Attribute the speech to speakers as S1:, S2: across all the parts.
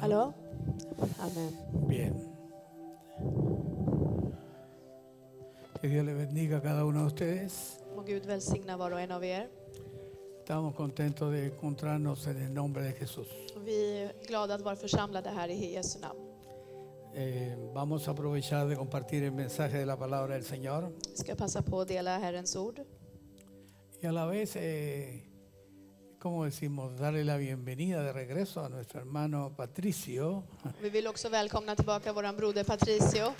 S1: ¿Aló? Amén.
S2: Bien. Que Dios le bendiga a cada uno de ustedes.
S1: Må Gud välsigna var och en av er.
S2: Estamos contentos de encontrarnos en el nombre de Jesús.
S1: Vi är glada att vara församlade här i Jesu namn.
S2: Eh, vamos a aprovechar de compartir el mensaje de la palabra del Señor
S1: Vi ska passa på att dela Herrens ord
S2: y a la vez, eh, ¿cómo decimos? Darle la bienvenida de regreso a nuestro hermano Patricio,
S1: Vi vill också välkomna tillbaka vår broder Patricio.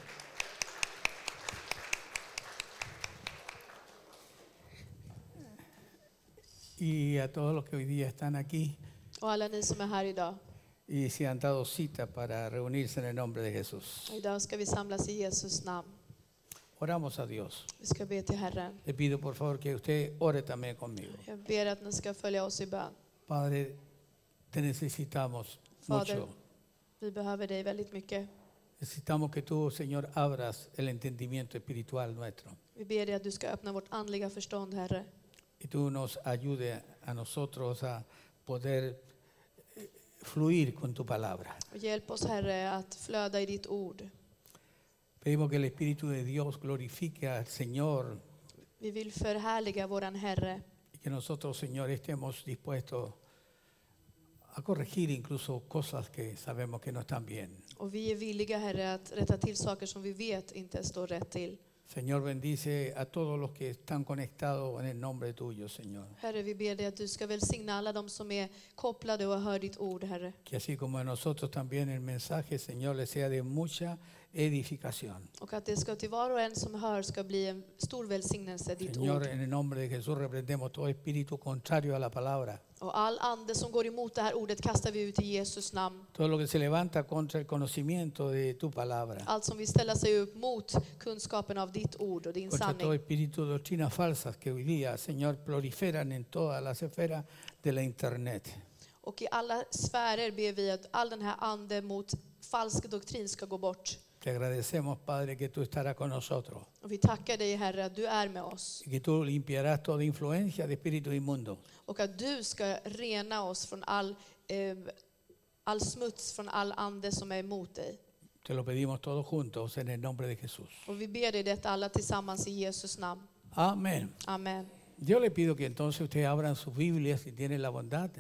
S2: y a todos los que hoy día están aquí
S1: Och alla ni som är här idag.
S2: y se han dado cita para reunirse en el nombre de Jesús.
S1: Idag ska vi samlas i Jesus namn.
S2: Oramos a Dios.
S1: Vi ska be till Herren.
S2: Le pido por favor que usted ore también conmigo.
S1: Jag ber att ni ska följa oss i bön.
S2: Padre, te necesitamos
S1: Fader.
S2: mucho.
S1: Vi behöver dig väldigt mycket.
S2: Necesitamos que tú, Señor, abras el entendimiento espiritual nuestro
S1: Vi ber dig att du ska öppna vårt andliga förstånd, Herre.
S2: y tú nos ayude a nosotros a poder eh, fluir con tu palabra.
S1: Och hjälp oss, Herre, att flöda i ditt ord.
S2: Pedimos que el Espíritu de Dios glorifique al Señor
S1: Vi vill förhärliga våran Herre.
S2: y que nosotros, Señor, estemos dispuestos a corregir incluso cosas que sabemos que no están bien.
S1: Och vi är villiga, Herre, att rätta till saker som vi vet inte står rätt till.
S2: Señor, bendice a todos los que están conectados en el nombre tuyo, Señor.
S1: Herre, vi ber dig att du ska välsigna alla de som är kopplade och hör ditt ord, Herre.
S2: Que así como a nosotros también el mensaje, Señor, le sea de mucha edificación.
S1: Och att det ska till var och en som hör ska bli en stor välsignelse, ditt
S2: Señor,
S1: ord.
S2: en el nombre de Jesús reprendemos todo espíritu contrario a la palabra.
S1: Och all ande som går emot det här ordet kastar vi ut i Jesus namn.
S2: Todo lo que se levanta contra el conocimiento de tu palabra.
S1: Allt som vill ställa sig upp mot kunskapen av ditt ord och din
S2: Contra todo
S1: sanning.
S2: espíritu de doctrinas falsas que hoy día, Señor, proliferan en todas las esferas de la internet.
S1: Och i alla sfärer ber vi att all den här ande mot falsk doktrin ska gå bort.
S2: Te agradecemos, Padre, que tú estarás con nosotros
S1: Och vi tackar dig, Herre, att du är med oss.
S2: y que tú limpiarás toda influencia de espíritu inmundo.
S1: Och att du ska rena oss från all, eh, all smuts, från all ande som är emot dig.
S2: Te lo pedimos todos juntos en el nombre de Jesús.
S1: Och vi ber dig detta alla tillsammans i Jesus namn.
S2: Amén.
S1: Amen.
S2: Yo le pido que entonces ustedes abran sus Biblias si tienen la bondad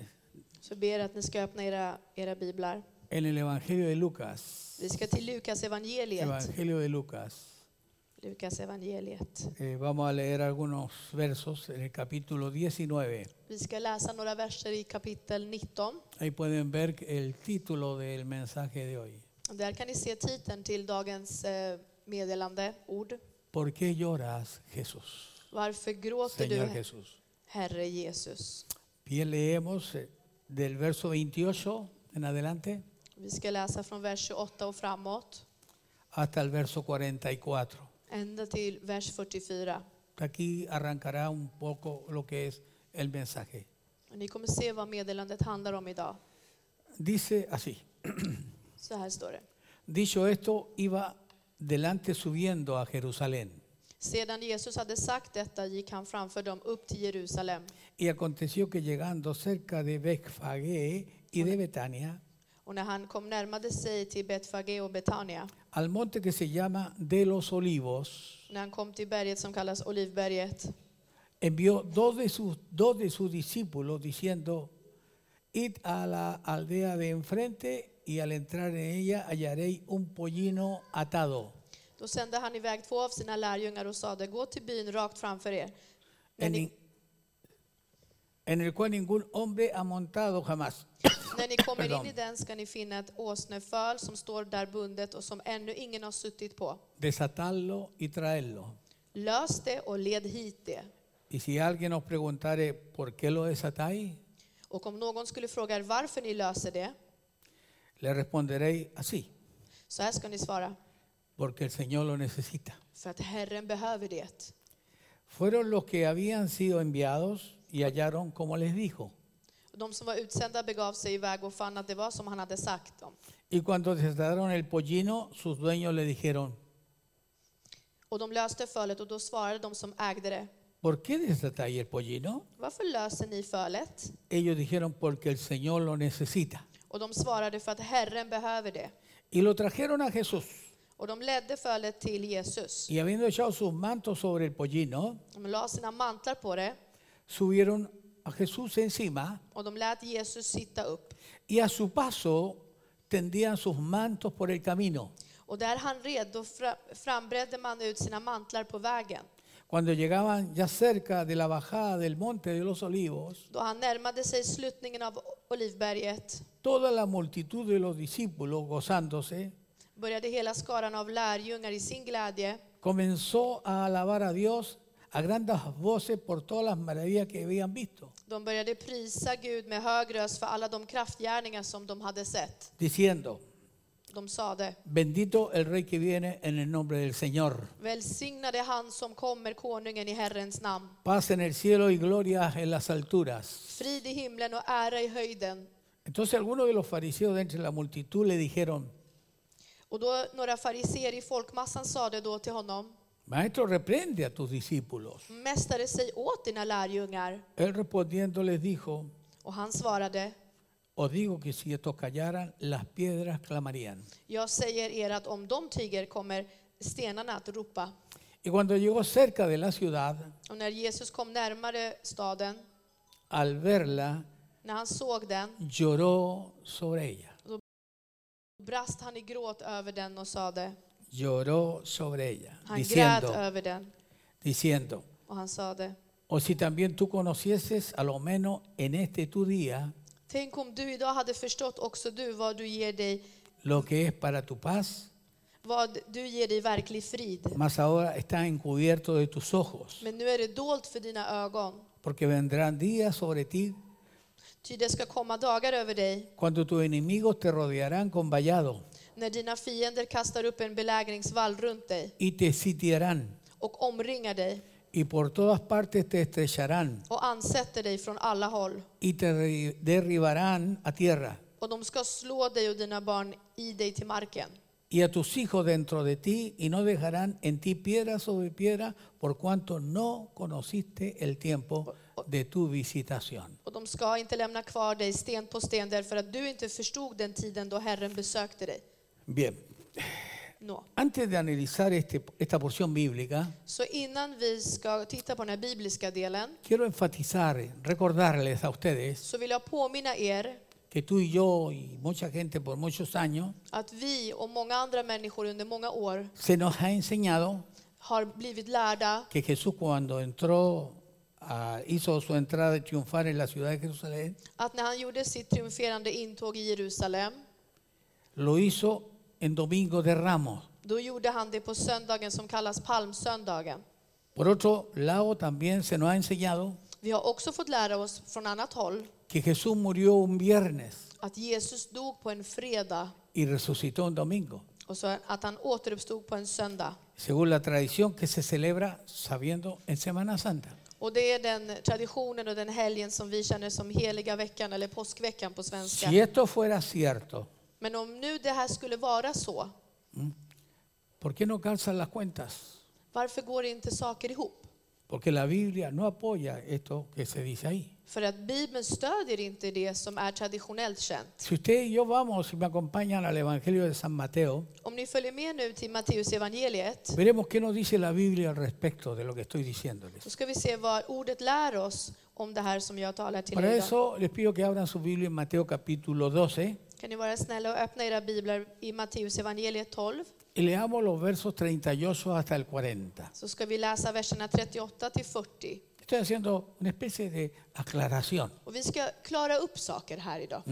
S1: Så jag ber att ni ska öppna era, era biblar.
S2: en el Evangelio de Lucas.
S1: Vi ska till Lukas evangeliet.
S2: Evangelio de Lucas.
S1: Lukas evangeliet.
S2: Eh, vamos a leer algunos versos en el capítulo 19.
S1: Vi ska läsa några verser i kapitel 19.
S2: Ahí pueden ver el título del mensaje de hoy.
S1: Där kan ni se titeln till dagens eh, meddelande, ord.
S2: ¿Por qué lloras, Jesús?
S1: Varför gråter
S2: Señor
S1: du,
S2: Jesús.
S1: Herre Jesus?
S2: Bien, leemos eh, del verso 28 en adelante
S1: Vi ska läsa från vers 28 och framåt,
S2: hasta el verso 44.
S1: ända till vers 44.
S2: Aquí arrancará un poco lo que es el mensaje.
S1: Och ni kommer se vad meddelandet handlar om idag.
S2: Dice así.
S1: Så här står det.
S2: Dicho esto, iba delante subiendo a Jerusalén.
S1: Sedan Jesus hade sagt detta gick han framför dem upp till Jerusalem.
S2: Y aconteció que llegando cerca de Betfagé y de Betania,
S1: Och när han kom närmade sig till Betfage och Betania,
S2: al monte que se llama de los olivos,
S1: när han kom till berget som kallas Olivberget,
S2: envió dos de sus, dos de sus discípulos diciendo, id a la aldea de enfrente y al entrar en ella hallaréis un pollino atado,
S1: Då sände han iväg två av sina lärjungar och sade, gå till byn rakt framför er. När
S2: en,
S1: ni,
S2: en el cual ningún hombre ha montado jamás.
S1: när ni kommer
S2: Pardon.
S1: in i den ska ni finna ett åsneföl som står där bundet och som ännu ingen har suttit på.
S2: Desatarlo y traerlo.
S1: Lös det och led hit det.
S2: Y si alguien os preguntare por qué lo desatáis,
S1: Och om någon skulle fråga er varför ni löser det,
S2: le responderéis así,
S1: så här ska ni svara,
S2: porque el Señor lo necesita.
S1: för att Herren behöver det.
S2: Fueron los que habían sido enviados y hallaron como les dijo.
S1: Och de som var utsända begav sig iväg och fann att det var som han hade sagt dem.
S2: Y cuando desataron el pollino, sus dueños le dijeron,
S1: Och de löste fölet och då svarade de som ägde det,
S2: ¿por qué desatáis el pollino?
S1: varför löser ni fölet?
S2: Ellos dijeron, porque el Señor lo necesita.
S1: Och de svarade för att Herren behöver det.
S2: Y lo trajeron a Jesús.
S1: Och de ledde fölet till Jesus.
S2: Y habiendo echado sus mantos sobre el pollino,
S1: De la sina mantlar på det
S2: subieron a Jesús encima
S1: och de lät Jesus sitta upp.
S2: y a su paso tendían sus mantos por el camino.
S1: Och där han red, då fra- frambredde man ut sina mantlar på vägen.
S2: Cuando llegaban ya cerca de la bajada del monte de los olivos,
S1: Då han närmade sig slutningen av Olivberget
S2: toda la multitud de los discípulos, gozándose,
S1: började hela skaran av lärjungar i sin glädje
S2: comenzó a alabar a Dios a grandes voces por todas las maravillas que habían visto,
S1: De började prisa Gud med hög röst för alla de kraftgärningar som de hade sett.
S2: diciendo,
S1: De sade,
S2: bendito el rey que viene en el nombre del Señor,
S1: välsignade han som kommer, konungen i Herrens namn.
S2: paz en el cielo y gloria en las alturas.
S1: Frid i himlen och ära i höjden.
S2: Entonces algunos de los fariseos de entre la multitud le dijeron,
S1: Och då några fariseer i folkmassan sade då till honom,
S2: maestro, reprende a tus discípulos.
S1: Mästare, säg åt dina lärjungar.
S2: Él respondiendo les dijo,
S1: Och han svarade,
S2: Os digo que si estos callaran, las piedras clamarían.
S1: jag säger er att om de tiger kommer stenarna att ropa.
S2: Y cuando llegó cerca de la ciudad,
S1: Och när Jesus kom närmare staden,
S2: al verla,
S1: när han såg den,
S2: lloró sobre ella.
S1: brast han i gråt över den och sade,
S2: Lloró sobre ella,
S1: han grät
S2: diciendo,
S1: över den.
S2: diciendo,
S1: Och han sade,
S2: o si también tú conocieses, a lo menos en este tu día,
S1: tänk om du idag hade förstått också du vad du ger dig,
S2: lo que es para tu paz,
S1: vad du ger dig verklig frid.
S2: mas ahora está encubierto de tus ojos,
S1: Men nu är det dolt för dina ögon.
S2: porque vendrán días sobre ti
S1: Ty det ska komma dagar över dig
S2: cuando tus enemigos te rodearán con vallado
S1: när dina fiender kastar upp en belägringsvall runt dig
S2: y te sitiarán
S1: och omringar dig
S2: y por todas partes te estrecharán.
S1: och ansätter dig från alla håll.
S2: y te derri- derribarán a tierra
S1: Och de ska slå dig och dina barn i dig till marken.
S2: y a tus hijos dentro de ti y no dejarán en ti piedra sobre piedra por cuanto no conociste el tiempo de tu visitación.
S1: Och de ska inte lämna kvar dig sten på sten därför att du inte förstod den tiden då Herren besökte dig.
S2: Bien,
S1: Nå.
S2: antes de analizar este- esta porción bíblica,
S1: Så innan vi ska titta på den här bibliska delen
S2: quiero enfatizar, recordarles a ustedes
S1: så vill jag påminna er
S2: que tú y yo y mucha gente por muchos años
S1: att vi och många andra människor under många år
S2: se nos ha enseñado
S1: har blivit lärda
S2: que Jesús cuando entró, a- hizo su entrada de triunfar en la ciudad de Jerusalén,
S1: att när han gjorde sitt triumferande intåg i Jerusalem,
S2: lo hizo en Domingo de Ramos.
S1: då gjorde han det på söndagen som kallas palmsöndagen.
S2: Por otro lado, también se nos ha enseñado
S1: Vi har också fått lära oss från annat håll
S2: que Jesús murió un viernes
S1: att Jesus dog på en fredag
S2: y resucitó un domingo,
S1: och så att han återuppstod på en söndag.
S2: según la tradición que se celebra sabiendo en Semana Santa.
S1: Och det är den traditionen och den helgen som vi känner som heliga veckan eller påskveckan på svenska.
S2: Si esto fuera cierto,
S1: Men om nu det här skulle vara så,
S2: ¿por qué no calzan las cuentas?
S1: varför går inte saker ihop?
S2: Porque la Biblia no apoya esto que se dice ahí.
S1: För att Bibeln stödjer inte det som är traditionellt känt.
S2: Si usted y yo vamos y me acompañan al Evangelio de San Mateo,
S1: Om ni följer med nu till Matteus evangeliet
S2: veremos qué nos dice la Biblia al respecto de lo que estoy diciéndoles.
S1: Då ska vi se vad ordet lär oss om det här som jag talar till er
S2: Para
S1: idag.
S2: eso les pido que abran su Biblia en Mateo capítulo 12.
S1: Kan ni vara snälla och öppna era biblar i Matteus evangeliet 12
S2: Y leamos los versos 38 hasta el 40.
S1: så ska vi läsa verserna 38 till 40.
S2: Estoy haciendo una especie de aclaración. ¿Mm?
S1: Och vi ska klara upp saker här idag.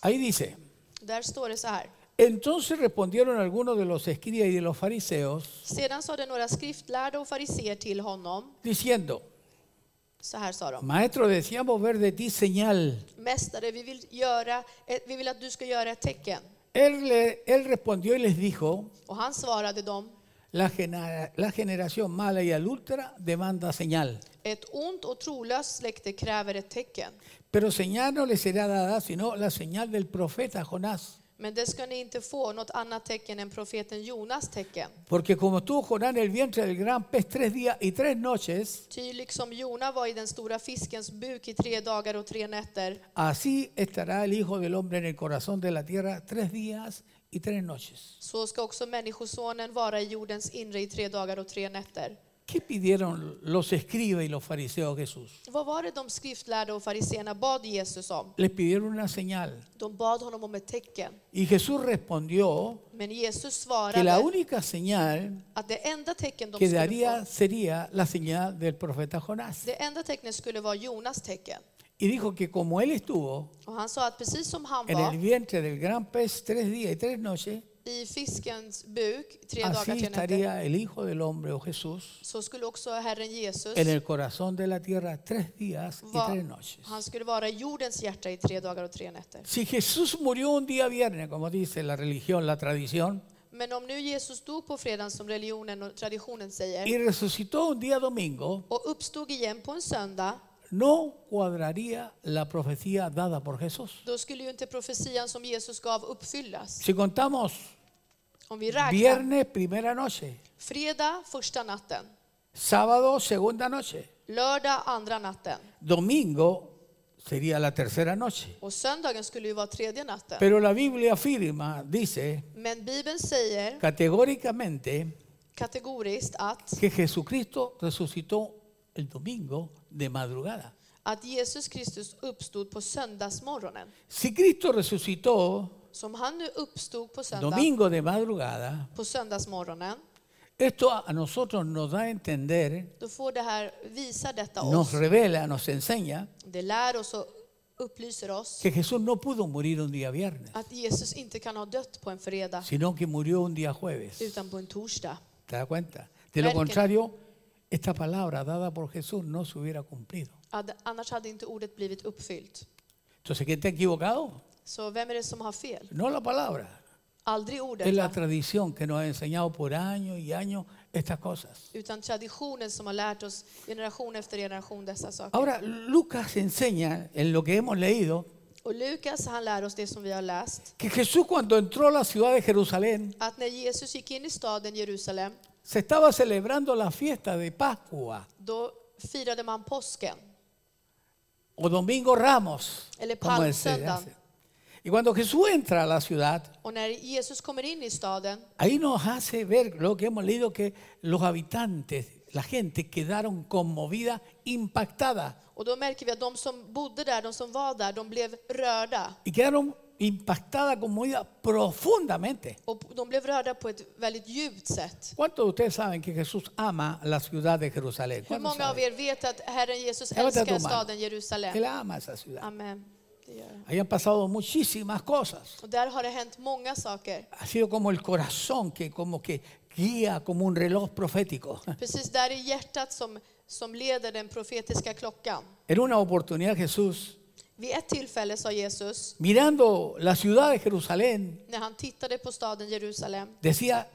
S2: Ahí dice,
S1: Där står det så här.
S2: entonces respondieron algunos de los escribas y de los fariseos
S1: Sedan sade några skriftlärda och fariséer till honom,
S2: diciendo,
S1: så här sa de.
S2: maestro, deseamos ver de ti señal.
S1: Mästare, vi vill, göra, ett- vi vill att du ska göra ett tecken.
S2: Él, le- él respondió y les dijo,
S1: Och han svarade dem,
S2: la, gena- la generación mala y adúltera demanda señal,
S1: ett ont och trolöst släkte kräver ett tecken.
S2: pero señal no le será dada sino la señal del profeta Jonás.
S1: Men det ska ni inte få något annat tecken än profeten Jonas tecken.
S2: Porque como estuvo Jonás en el vientre del gran pez tres días y tres noches,
S1: Ty liksom Jona var i den stora fiskens buk i tre dagar och tre nätter,
S2: así estará el Hijo del Hombre en el corazón de la tierra tres días y tres noches.
S1: så ska också Människosonen vara i jordens inre i tre dagar och tre nätter.
S2: ¿Qué pidieron los escribas y los fariseos a Jesús?
S1: Vad var det de skriftlärda och fariséerna bad Jesus om?
S2: Les pidieron una señal.
S1: De bad honom om ett tecken.
S2: Y Jesús respondió
S1: Men Jesus
S2: que la
S1: svarade
S2: única señal
S1: att det enda tecken de
S2: que
S1: skulle få,
S2: daría sería la señal del profeta Jonás.
S1: det enda tecknet skulle vara Jonas tecken.
S2: Y dijo que como él estuvo
S1: Och han sa att precis som han
S2: en el
S1: var
S2: vientre del gran pez tres días y tres noches,
S1: i fiskens buk tre dagar,
S2: así
S1: tre nätter,
S2: estaría el Hijo del Hombre o Jesús
S1: så skulle också Herren Jesus
S2: en el corazón de la tierra tres días y
S1: Va-
S2: tres noches.
S1: Han skulle vara i jordens hjärta i tre dagar och tre nätter.
S2: Si Jesús murió un día viernes, como dice la religión, la tradición,
S1: Men om nu Jesus dog på fredagen som religionen och traditionen säger
S2: y resucitó un día domingo,
S1: och uppstod igen på en söndag,
S2: no cuadraría la profecía dada por Jesús.
S1: då skulle ju inte profetian som Jesus gav uppfyllas.
S2: Si contamos
S1: Om vi räknar
S2: viernes, primera noche,
S1: fredag första natten,
S2: sábado, segunda noche,
S1: lördag andra natten
S2: domingo sería la tercera noche.
S1: och söndagen skulle ju vara tredje natten.
S2: Pero la Biblia afirma, dice
S1: Men Bibeln säger
S2: categóricamente
S1: kategoriskt att,
S2: que Jesucristo resucitó el domingo de madrugada.
S1: att Jesus Kristus uppstod på söndagsmorgonen.
S2: Si Cristo resucitó
S1: Som han nu uppstod på söndag,
S2: domingo de madrugada,
S1: på söndagsmorgonen
S2: esto a nosotros nos da a entender,
S1: Då får det här visa detta oss.
S2: nos revela, nos enseña
S1: Det lär oss och upplyser oss
S2: que Jesús no pudo morir un día viernes,
S1: att Jesus inte kan ha dött på en fredag
S2: sino que murió un día jueves.
S1: utan på en torsdag.
S2: ¿Te das cuenta? De lo
S1: Merkel.
S2: contrario, esta palabra dada por Jesús no se hubiera cumplido.
S1: Ad- Annars hade inte ordet blivit uppfyllt.
S2: Entonces, ¿quién está equivocado?
S1: Så vem är det som har fel?
S2: No la palabra,
S1: Aldrig
S2: es
S1: ordet,
S2: la
S1: va?
S2: tradición que nos ha enseñado por años y años estas cosas.
S1: utan traditionen som har lärt oss generation efter generation dessa saker.
S2: Ahora, Lucas enseña en lo que hemos leído
S1: Och Lukas, han lär oss det som vi har läst.
S2: que Jesús cuando entró a la ciudad de Jerusalén
S1: Att när Jesus gick in i staden Jerusalem,
S2: se estaba celebrando la fiesta de Pascua
S1: då firade man påsken.
S2: o Domingo Ramos,
S1: El
S2: como se
S1: Palmsöndag.
S2: hace. Y cuando Jesús entra a la ciudad,
S1: Och när Jesus kommer in i staden,
S2: Ahí nos hace ver lo que hemos leído, que los habitantes, la gente quedaron conmovida, impactada,
S1: Och då märker vi att de som bodde där, de som var där, de blev rörda.
S2: y quedaron impactada, conmovida profundamente.
S1: Och de blev rörda på ett väldigt djupt sätt.
S2: ¿Cuántos de ustedes saben que Jesús ama la ciudad de Jerusalén?
S1: Hur
S2: ¿Cuántos
S1: många av
S2: saben?
S1: er vet att Herren Jesus
S2: Levanta tu
S1: älskar
S2: mano.
S1: staden
S2: Él
S1: Jerusalem?
S2: ama esa ciudad.
S1: Amen. Det gör han.
S2: Ahí han pasado muchísimas cosas.
S1: Och där har det hänt många saker.
S2: Ha sido como el corazón que como que guía como un reloj profético.
S1: Precis där i hjärtat som, som leder den profetiska klockan.
S2: En una oportunidad Jesús,
S1: Vid ett tillfälle sa Jesus,
S2: mirando la ciudad de Jerusalén,
S1: när han tittade på staden Jerusalem,
S2: decía,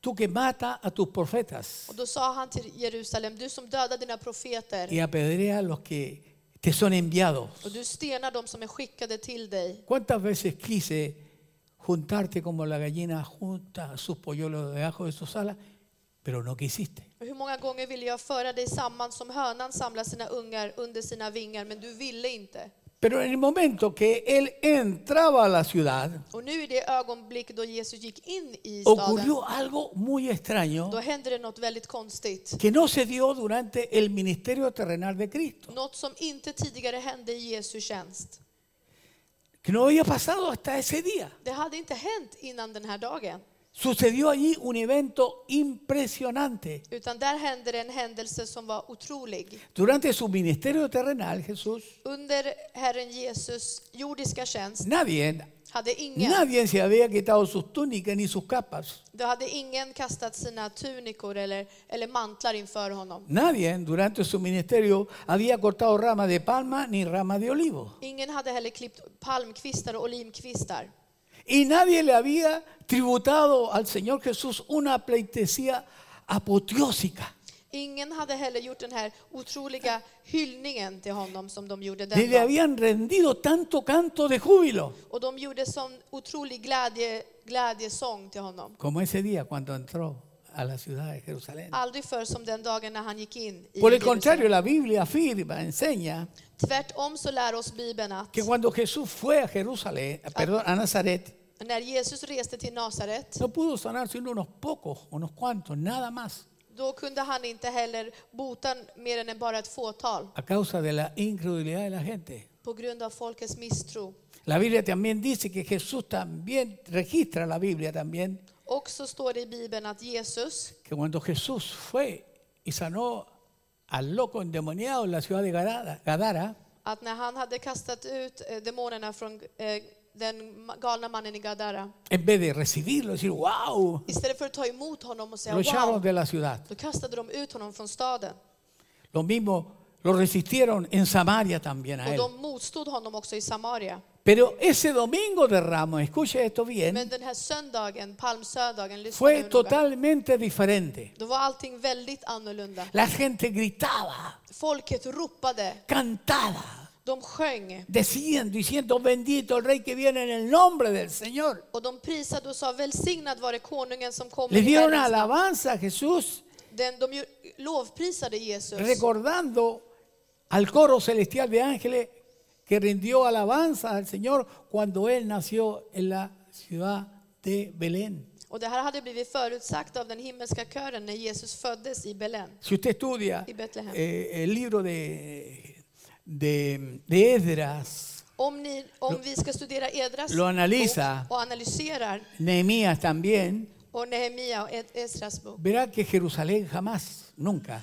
S2: tú que mata a tus profetas.
S1: och då sa han till Jerusalem, du som dödar dina
S2: y
S1: profeter
S2: apedrea a los que te son enviados.
S1: och du stenar dem som är skickade till dig.
S2: ¿Cuántas veces quise juntarte como la gallina junta sus polluelos debajo de sus alas? Pero no quisiste.
S1: Och Hur många gånger ville jag föra dig samman som hönan samlar sina ungar under sina vingar, men du ville inte.
S2: Pero en el momento que él entraba a la ciudad,
S1: Och nu i det ögonblick då Jesus gick in i staden,
S2: ocurrió algo muy extraño
S1: då hände det något väldigt konstigt.
S2: que no se dio durante el ministerio terrenal de Cristo,
S1: Något som inte tidigare hände i Jesu tjänst.
S2: que no había pasado hasta ese día.
S1: Det hade inte hänt innan den här dagen,
S2: Sucedió allí un evento impresionante.
S1: utan där hände det en händelse som var otrolig.
S2: Durante su ministerio terrenal, Jesús,
S1: Under Herren Jesus jordiska tjänst
S2: nadie
S1: hade ingen,
S2: Nadie se había quitado sus túnicas ni sus capas.
S1: då hade ingen kastat sina tunikor eller, eller mantlar inför honom.
S2: Nadie durante su ministerio había cortado rama de palma ni rama de olivo.
S1: Ingen hade heller klippt palmkvistar och olinkvistar.
S2: Y nadie le había tributado al Señor Jesús una pleitesía apoteósica.
S1: Ingen hade heller gjort den här otroliga hyllningen till honom som de gjorde
S2: Y
S1: den
S2: le
S1: dagen.
S2: habían rendido tanto canto de júbilo
S1: Och de gjorde sån otrolig glädje, glädjesång till honom.
S2: como ese día cuando entró a la ciudad de Jerusalén.
S1: Aldrig förr som den dagen när han gick in i
S2: Por el
S1: Jerusalem.
S2: contrario, la Biblia afirma, enseña
S1: Tvärtom så lär oss Bibeln att
S2: que cuando Jesús fue a Jerusalén, a- perdón, a Nazaret,
S1: när Jesus reste till Nasaret,
S2: no pudo sanar sino unos pocos, unos cuantos, nada más,
S1: då kunde han inte heller bota mer än bara ett fåtal
S2: a causa de la incredulidad de la gente.
S1: på grund av folkets misstro.
S2: La Biblia también dice que Jesús también registra la Biblia también
S1: Och så står det i Bibeln att Jesus,
S2: que cuando Jesús fue y sanó al loco endemoniado en la ciudad de Gadara, Gadara,
S1: att när han hade kastat ut eh, demonerna från eh, den ma- galna mannen i Gadara,
S2: en vez de recibirlo, decir, wow,
S1: istället för att ta emot honom och säga
S2: lo echaron
S1: wow,
S2: de la ciudad.
S1: då kastade de ut honom från staden.
S2: Lo mismo lo resistieron en Samaria también a
S1: Och
S2: él.
S1: de motstod honom också i Samaria.
S2: Pero ese domingo de Ramos, escuche esto
S1: Men
S2: bien,
S1: den här söndagen, palmsöndagen, lyssna
S2: fue
S1: nu noga,
S2: totalmente diferente.
S1: då var allting väldigt annorlunda.
S2: La gente gritaba,
S1: Folket ropade,
S2: cantaba,
S1: de sjöng
S2: decían, diciendo, bendito el rey que viene en el nombre del Señor.
S1: och de prisade och sa välsignad var det konungen som kommer
S2: Le
S1: i
S2: dieron
S1: Herrens namn."
S2: alabanza a Jesús,
S1: Den, De ju- lovprisade Jesus
S2: recordando al coro celestial de ángeles que rindió alabanza al Señor cuando Él nació en la ciudad de Belén.
S1: och det här hade blivit förutsagt av den himmelska kören när Jesus föddes i Belén.
S2: Si usted estudia
S1: Y Bethlehem.
S2: eh, el libro de, de, de Esdras,
S1: Om, ni, om vi ska studera Edras
S2: Lo analiza.
S1: bok och analyserar
S2: Nehemías también,
S1: och Nehemia och Ed- Esras bok,
S2: verá que Jerusalén jamás, nunca,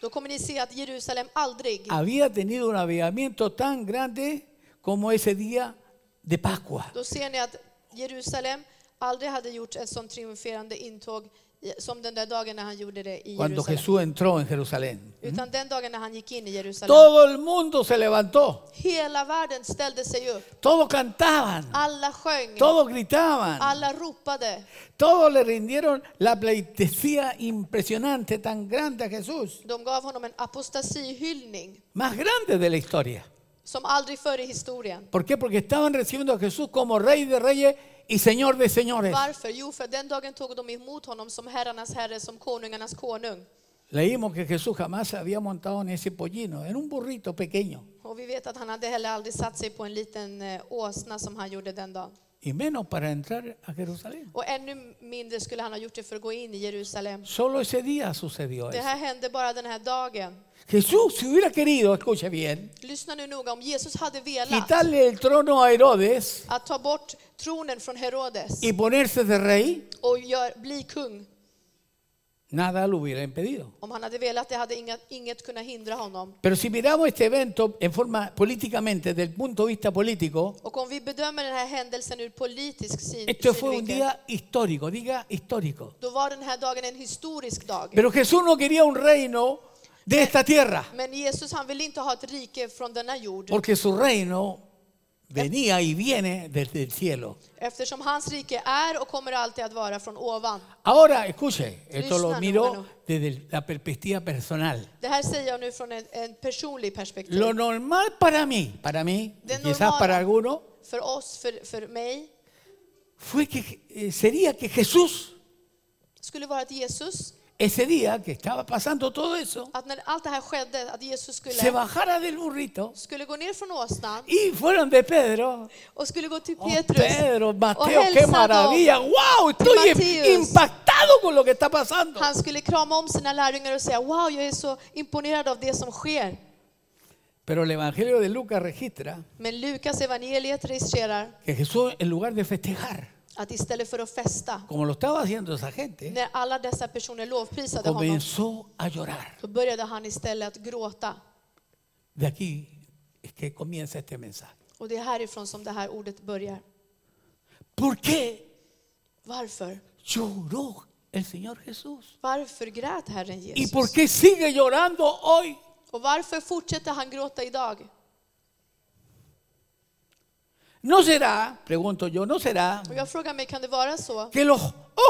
S1: då kommer ni se att Jerusalem aldrig
S2: había tenido un avivamiento tan grande como ese día de Pascua.
S1: Då ser ni att Jerusalem aldrig hade gjort ett sånt triumferande intåg i- som den där dagen när han gjorde det i
S2: Cuando
S1: Jerusalem.
S2: Jesús entró en Jerusalén.
S1: Utan den dagen när han gick in i Jerusalem.
S2: Todo el mundo se levantó,
S1: Hela världen ställde sig upp.
S2: todos cantaban,
S1: Alla sjöng.
S2: todos gritaban,
S1: Alla ropade.
S2: todos le rindieron la pleitesía impresionante tan grande a Jesús,
S1: De gav honom en apostasiehyllning
S2: más grande de la historia.
S1: som aldrig förr i historien.
S2: ¿Por qué? Porque estaban recibiendo a Jesús como Rey de Reyes y Señor de Señores.
S1: Varför? Jo, för den dagen tog de emot honom som herrarnas herre, som konungarnas konung.
S2: Leímos que Jesús jamás se había montado en ese pollino, en un burrito pequeño,
S1: Och vi vet att han hade heller aldrig satt sig på en liten eh, åsna som han gjorde den dagen.
S2: y menos para entrar a Jerusalén.
S1: Och ännu mindre skulle han ha gjort det för att gå in i Jerusalem.
S2: Solo ese día sucedió
S1: Det
S2: eso.
S1: här hände bara den här dagen.
S2: Jesús, si hubiera querido, escuche bien,
S1: Lyssna nu noga, om Jesus hade velat
S2: quitarle el trono a Herodes
S1: att ta bort tronen från Herodes
S2: y ponerse de rey,
S1: och gör, bli kung,
S2: nada lo hubiera impedido.
S1: om han hade velat det hade inga, inget kunnat hindra honom.
S2: Pero si miramos este evento en forma políticamente, desde el punto de vista político,
S1: Och om vi bedömer den här händelsen ur politisk syn,
S2: esto fue un
S1: synvinkel,
S2: día histórico, diga histórico.
S1: då var den här dagen en historisk dag.
S2: Pero Jesús no quería un reino de esta tierra,
S1: Men Jesus han vill inte ha ett rike från denna jord,
S2: porque su reino venía y viene desde el cielo.
S1: eftersom hans rike är och kommer alltid att vara från ovan.
S2: Ahora, escuche, esto
S1: Krishna,
S2: lo
S1: no,
S2: miro
S1: bueno.
S2: desde el- la perspectiva personal.
S1: Det här säger jag nu från en, en personlig perspektiv.
S2: Lo normal para mí, para mí,
S1: De
S2: y quizás
S1: normal.
S2: para alguno,
S1: För oss, för, för mig,
S2: fue que eh, sería que Jesús
S1: skulle vara att Jesus
S2: ese día que estaba pasando todo eso
S1: att när allt det här skedde, att Jesus
S2: se
S1: skulle,
S2: bajara del burrito
S1: skulle gå ner från åsnan
S2: y fueron de Pedro.
S1: och skulle gå till
S2: Oh,
S1: Petrus
S2: Pedro,
S1: och
S2: Mateo, qué
S1: hälsa dem.
S2: maravilla. ¡Wow! Estoy em-
S1: Mateo.
S2: impactado con lo que está pasando.
S1: Han skulle krama om sina lärjungar och säga Wow, jag är så imponerad av det som sker.
S2: Pero el Evangelio de Lucas registra
S1: Men Lukas evangeliet registrerar
S2: que Jesús, en lugar de festejar,
S1: att istället för att festa,
S2: como lo estaba haciendo esa gente,
S1: när alla dessa personer lovprisade honom,
S2: comenzó a llorar.
S1: då började han istället att gråta.
S2: De aquí es que comienza este mensaje.
S1: Och det är härifrån som det här ordet börjar.
S2: ¿Por qué
S1: Varför?
S2: lloró el Señor Jesús?
S1: Varför grät Herren
S2: ¿Y
S1: Jesus?
S2: por qué sigue llorando hoy?
S1: Och varför fortsätter han gråta idag?
S2: ¿No será, pregunto yo, no será
S1: Och jag frågar mig, kan det vara så
S2: que los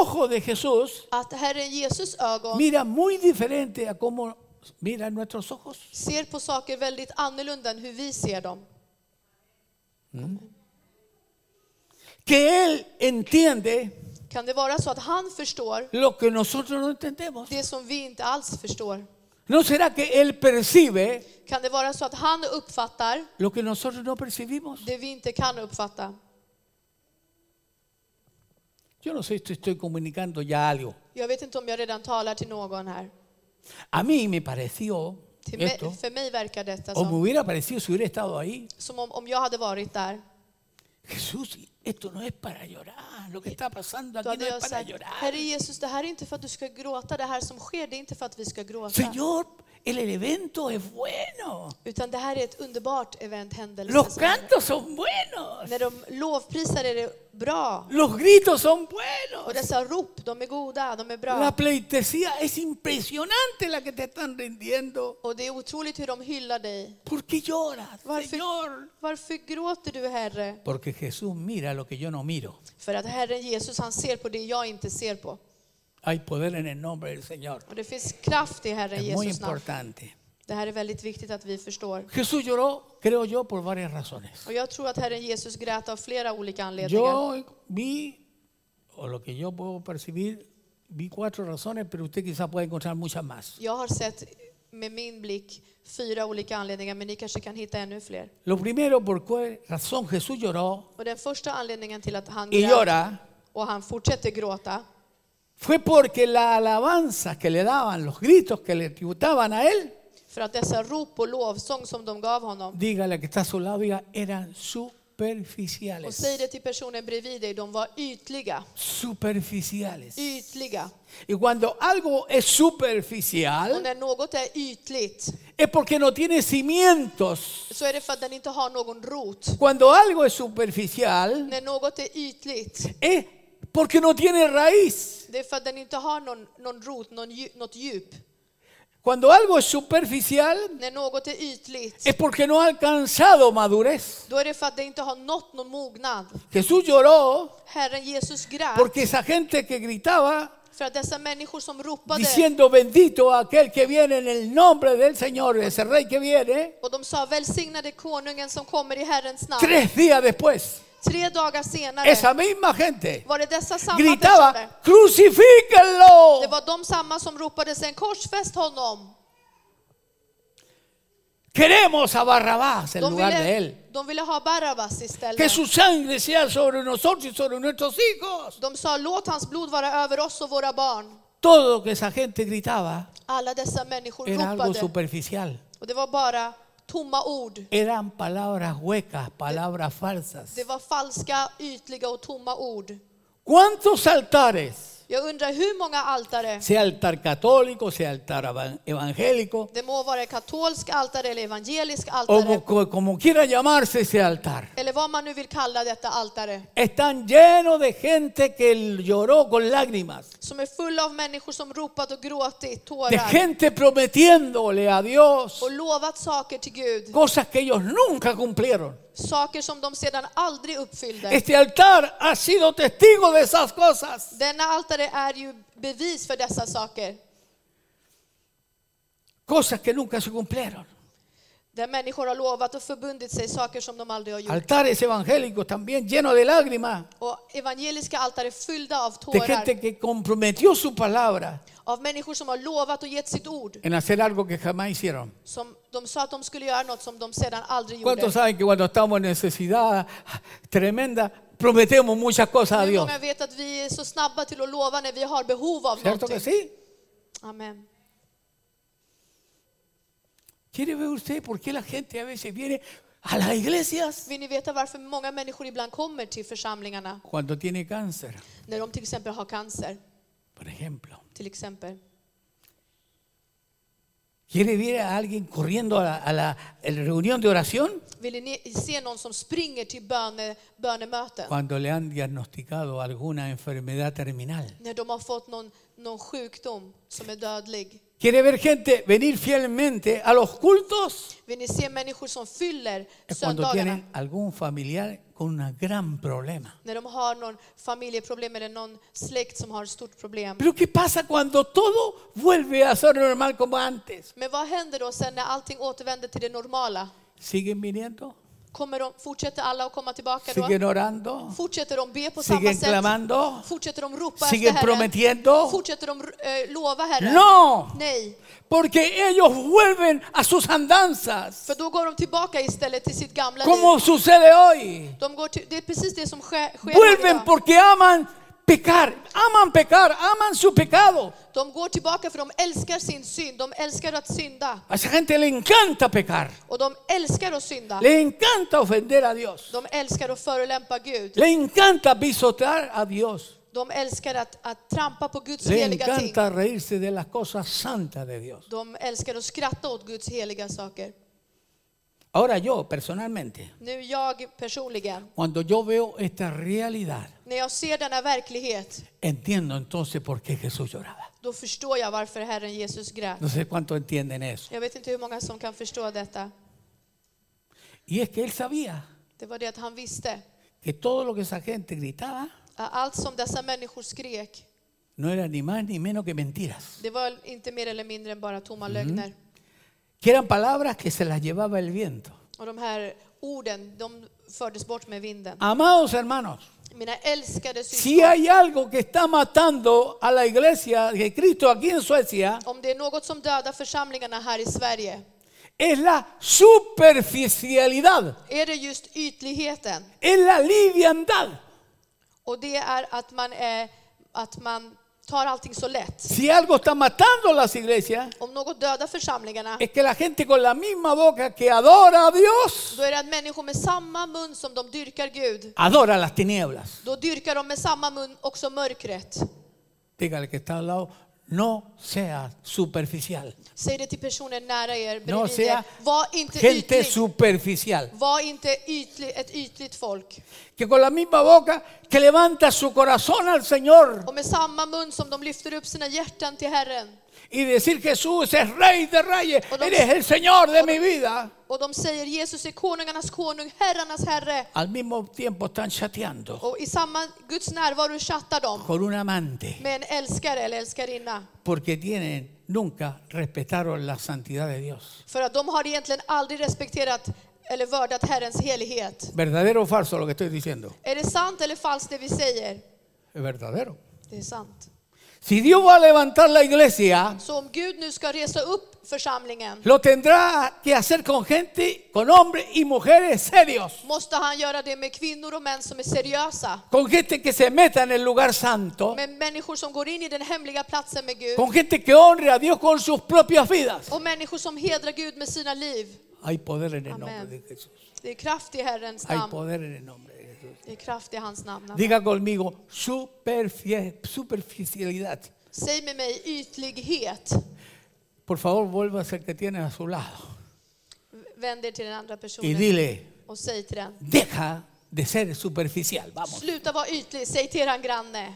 S2: ojos de Jesús
S1: Att Herren Jesus ögon
S2: mira muy diferente a cómo miran nuestros ojos.
S1: ser på saker väldigt annorlunda än hur vi ser dem.
S2: Que Él entiende
S1: Kan det vara så att han förstår
S2: lo que nosotros no entendemos.
S1: det som vi inte alls förstår?
S2: ¿No será que Él percibe
S1: Kan det vara så att han uppfattar
S2: lo que nosotros no percibimos?
S1: det vi inte kan uppfatta?
S2: Yo no sé si estoy comunicando ya algo.
S1: Jag vet inte om jag redan talar till någon här.
S2: A mí me pareció
S1: Till mig,
S2: esto,
S1: för mig verkar detta
S2: o me
S1: som,
S2: hubiera parecido si hubiera estado ahí.
S1: som om, om jag hade varit där.
S2: Jesús, esto no es para llorar. Lo que está pasando
S1: Då
S2: aquí no
S1: hade
S2: es
S1: jag
S2: para
S1: sagt,
S2: llorar.
S1: Herre Jesus, det här är inte för att du ska gråta. Det här som sker, det är inte för att vi ska gråta.
S2: Señor, el evento es bueno.
S1: Utan det här är ett underbart event, händelse.
S2: Los
S1: som händer.
S2: cantos son buenos.
S1: När de lovprisar är det bra.
S2: Los gritos son
S1: Och
S2: buenos.
S1: dessa rop, de är goda, de är bra.
S2: La pleitesía es impresionante la que te están rindiendo.
S1: Och det är otroligt hur de hyllar dig.
S2: ¿Por qué lloras,
S1: Varför,
S2: Señor?
S1: varför gråter du Herre?
S2: Porque Jesús mira lo que yo no miro.
S1: För att Herren Jesus, han ser på det jag inte ser på.
S2: Hay poder en el nombre del Señor.
S1: Och det finns kraft i Herren
S2: Es muy
S1: Jesus namn.
S2: importante.
S1: Det här är väldigt viktigt att vi förstår.
S2: Jesús lloró, creo yo, por varias razones.
S1: Och jag tror att Herren Jesus grät av flera olika anledningar.
S2: Yo vi, o lo que yo puedo percibir, vi cuatro razones, pero usted quizá puede encontrar muchas más.
S1: Jag har sett med min blick fyra olika anledningar, men ni kanske kan hitta ännu fler.
S2: Lo primero, por cuál razón Jesús lloró
S1: Och den första anledningen till att han
S2: y
S1: grät
S2: llora,
S1: och han fortsätter gråta,
S2: fue porque la alabanza que le daban, los gritos que le tributaban a él,
S1: för att dessa rop och lovsång som de gav honom,
S2: diga la que está a su lado, diga, eran
S1: och säg
S2: superficiales.
S1: det till personen bredvid dig, de var ytliga.
S2: Superficiales.
S1: Ytliga.
S2: Y cuando algo es
S1: Och
S2: superficial,
S1: när något är ytligt
S2: es porque no tiene cimientos.
S1: så är det för att den inte har någon rot.
S2: Cuando algo es superficial,
S1: När något är ytligt,
S2: es porque no tiene raíz.
S1: det är för att den inte har någon, någon rot, någon, dju- något djup.
S2: Cuando algo es superficial
S1: När något är ytligt,
S2: es porque no ha alcanzado madurez.
S1: då är det för att det inte har nått någon mognad.
S2: Jesús lloró
S1: Herren Jesus grät
S2: porque esa gente que gritaba
S1: för att dessa människor som ropade
S2: diciendo bendito aquel que viene en el nombre del Señor, ese rey que viene,
S1: och de sa välsignade konungen som kommer i Herrens namn.
S2: tres días después,
S1: Tre dagar senare
S2: esa misma gente
S1: var det dessa samma personer.
S2: gritaba crucifíquenlo.
S1: Det var de samma som ropade sen korsfäst honom.
S2: Queremos a Barrabás en
S1: De
S2: lugar de
S1: ville,
S2: él.
S1: de ville ha Barabbas
S2: Que
S1: istället.
S2: su sangre sea sobre nosotros y sobre nuestros hijos.
S1: De sa låt hans blod vara över oss och våra barn.
S2: Todo lo que esa gente gritaba
S1: Alla dessa människor
S2: era algo
S1: ropade.
S2: superficial.
S1: Och det var bara tomma ord.
S2: Eran palabras huecas, palabras falsas.
S1: Det var falska, ytliga och tomma ord.
S2: ¿Cuántos altares?
S1: Jag undrar hur många altare,
S2: Sea altar católico, sea altar evan- evangélico,
S1: det må vara katolsk altare eller evangelisk
S2: o
S1: altare,
S2: mo- co- como quiera llamarse ese altar,
S1: eller vad man nu vill kalla detta altare,
S2: están llenos de gente que lloró con lágrimas,
S1: som är fulla av människor som ropat och gråtit
S2: de
S1: tårar
S2: gente prometiéndole a Dios
S1: och lovat saker till Gud,
S2: cosas que ellos nunca cumplieron.
S1: saker som de sedan aldrig uppfyllde.
S2: Este altar ha sido testigo de esas cosas.
S1: Denna altare är ju bevis för dessa saker,
S2: Cosas que nunca se cumplieron.
S1: där människor har lovat och förbundit sig saker som de aldrig har gjort.
S2: Altares evangélicos también llenos de lágrimas.
S1: Och evangeliska altare fyllda av
S2: de
S1: tårar,
S2: gente que comprometió su palabra
S1: av människor som har lovat och gett sitt ord.
S2: en hacer algo que jamás hicieron.
S1: Som de sa att de skulle göra något som de sedan aldrig
S2: ¿Cuántos
S1: gjorde.
S2: saben que cuando estamos en necesidad tremenda prometemos muchas cosas a
S1: Hur
S2: Dios?
S1: många vet att vi är så snabba till att lova när vi har behov av
S2: ¿Cierto que
S1: någonting?
S2: sí?
S1: Amen.
S2: ¿Quiere ver usted por qué la gente a veces viene a las iglesias
S1: Vill ni veta varför många människor ibland kommer till församlingarna?
S2: cuando tiene cáncer,
S1: När de till exempel har cancer.
S2: por ejemplo?
S1: Till exempel.
S2: ¿Quiere ver a alguien corriendo a la, a la- a la reunión de oración
S1: Vill ni se någon som springer till böne, bönemöten?
S2: cuando le han diagnosticado alguna enfermedad terminal?
S1: När de har fått någon, någon sjukdom som är dödlig.
S2: ¿Quiere ver gente venir fielmente a los cultos?
S1: Vill ni se människor som fyller
S2: Es cuando
S1: söndagarna?
S2: tienen algún familiar con un gran problema.
S1: När de har någon familjeproblem eller någon släkt som har ett stort problem.
S2: Pero ¿qué pasa cuando todo vuelve a ser normal como antes?
S1: Men vad händer då sen när allting återvänder till det normala?
S2: ¿Siguen viniendo?
S1: Kommer de, fortsätter alla att komma tillbaka
S2: ¿Siguen
S1: då?
S2: orando?
S1: Fortsätter de be på samma
S2: ¿Siguen
S1: sätt?
S2: clamando?
S1: Fortsätter de ropa
S2: ¿Siguen
S1: efter Herren?
S2: prometiendo?
S1: Fortsätter de eh, lova Herren?
S2: No,
S1: Nej,
S2: porque ellos vuelven a sus andanzas,
S1: för då går de tillbaka istället till sitt gamla liv.
S2: como sucede hoy.
S1: De går till, det är precis det som sker, sker här
S2: Vuelven
S1: idag.
S2: porque aman pecar, aman pecar, aman su pecado.
S1: De går tillbaka för de älskar sin synd. De älskar att synda.
S2: A esa gente le encanta pecar,
S1: Och de älskar att synda.
S2: le encanta ofender a Dios,
S1: De älskar att förolämpa Gud.
S2: le encanta pisotear a Dios,
S1: De älskar att, att trampa på Guds
S2: le
S1: heliga ting.
S2: encanta reírse de las cosas santas de Dios.
S1: De älskar att skratta åt Guds heliga saker.
S2: Ahora yo, personalmente,
S1: Nu jag personligen,
S2: cuando yo veo esta realidad,
S1: när jag ser denna verklighet,
S2: entiendo entonces por qué Jesús lloraba.
S1: då förstår jag varför Herren Jesus grät.
S2: No sé cuánto entienden eso.
S1: Jag vet inte hur många som kan förstå detta.
S2: Y es que él sabía
S1: Det var det att han visste.
S2: que todo lo que esa gente gritaba
S1: att Allt som dessa människor skrek,
S2: no era ni más ni menos que mentiras,
S1: det var inte mer eller mindre än bara tomma lögner.
S2: que eran palabras que se las llevaba el viento.
S1: Och de här orden, de fördes bort med vinden.
S2: Amados hermanos,
S1: Mina älskade
S2: si
S1: syskon,
S2: hay algo que está matando a la iglesia de Cristo aquí en Suecia,
S1: om det är något som dödar församlingarna här i Sverige,
S2: es la superficialidad,
S1: är det just ytligheten.
S2: es la liviandad.
S1: Och det är att man, är, att man tar allting så lätt.
S2: Si algo está matando a las iglesias,
S1: Om något dödar församlingarna,
S2: es que la gente con la misma boca que adora a Dios,
S1: då är det att människor med samma mun som de dyrkar Gud,
S2: adora las tinieblas.
S1: då dyrkar de med samma mun också mörkret.
S2: Dígale que está al lado, no seas superficial.
S1: Säg det till personen nära er,
S2: No
S1: bredvid
S2: sea
S1: er. Var inte
S2: gente
S1: ytlig.
S2: superficial.
S1: Var inte ytlig, ett ytligt folk.
S2: Que con la misma boca que levanta su corazón al Señor
S1: Och med samma mun som de lyfter upp sina hjärtan till Herren.
S2: y decir Jesús es rey de reyes,
S1: O no-
S2: eres el Señor de mi vida.
S1: Och de säger Jesus är konungarnas konung, herrarnas herre.
S2: Al mismo tiempo están chateando
S1: Och i samma Guds närvaro chattar de
S2: con un amante
S1: med en älskare eller älskarinna.
S2: porque tienen, nunca respetaron la santidad de Dios.
S1: För att de har egentligen aldrig respekterat eller vördat Herrens helighet.
S2: ¿Verdadero o falso lo que estoy diciendo?
S1: Är det sant eller falskt det vi säger?
S2: Es verdadero.
S1: Det är sant.
S2: Si Dios va a levantar la iglesia,
S1: Så om Gud nu ska resa upp församlingen
S2: lo tendrá que hacer con gente, con hombres y mujeres serios,
S1: måste han göra det med kvinnor och män som är seriösa.
S2: con gente que se meta en el lugar santo.
S1: Med människor som går in i den hemliga platsen med Gud.
S2: con gente que honre a Dios con sus propias vidas.
S1: Och människor som hedrar Gud med sina liv.
S2: Hay poder en el
S1: Amén.
S2: nombre de Jesús.
S1: Det är kraft i Herrens
S2: Hay
S1: namn.
S2: poder en el nombre de Jesús.
S1: Det är kraft i hans namn.
S2: Diga conmigo, superfie- superficialidad.
S1: Säg med mig ytlighet.
S2: Por favor, vuelva a ser que tienes a su lado
S1: Vänd er till den andra
S2: y
S1: personen
S2: dile,
S1: och säg till den.
S2: deja de ser superficial, vamos.
S1: Sluta vara ytlig, säg till eran granne.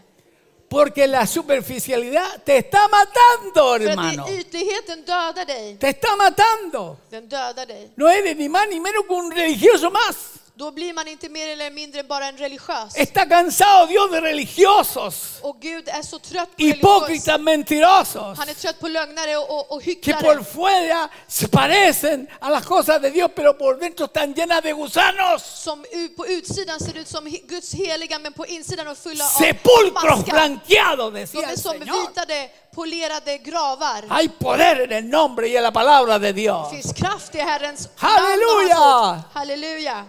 S2: Porque la superficialidad te está matando,
S1: För
S2: hermano.
S1: att i- ytligheten dödar dig.
S2: Te está matando.
S1: Den dödar dig.
S2: No eres ni más ni menos que un religioso más.
S1: Då blir man inte mer eller mindre än bara en religiös.
S2: Está cansado Dios de religiosos,
S1: Och Gud är så trött på religiös.
S2: hipócritas, mentirosos.
S1: Han är trött på lögnare och, och, och
S2: que por
S1: hycklare.
S2: fuera se parecen a las cosas de Dios, pero por dentro están llenas de gusanos,
S1: Som u- på utsidan ser ut som he- Guds heliga men på insidan är fulla av
S2: sepulcros
S1: maskar.
S2: blanqueados,
S1: De
S2: decía
S1: är
S2: el
S1: som
S2: Señor.
S1: vitade, polerade gravar.
S2: Hay poder en el nombre y en la palabra de Dios.
S1: Det finns kraft i Herrens
S2: Halleluja!
S1: namn och hans ord. Halleluja!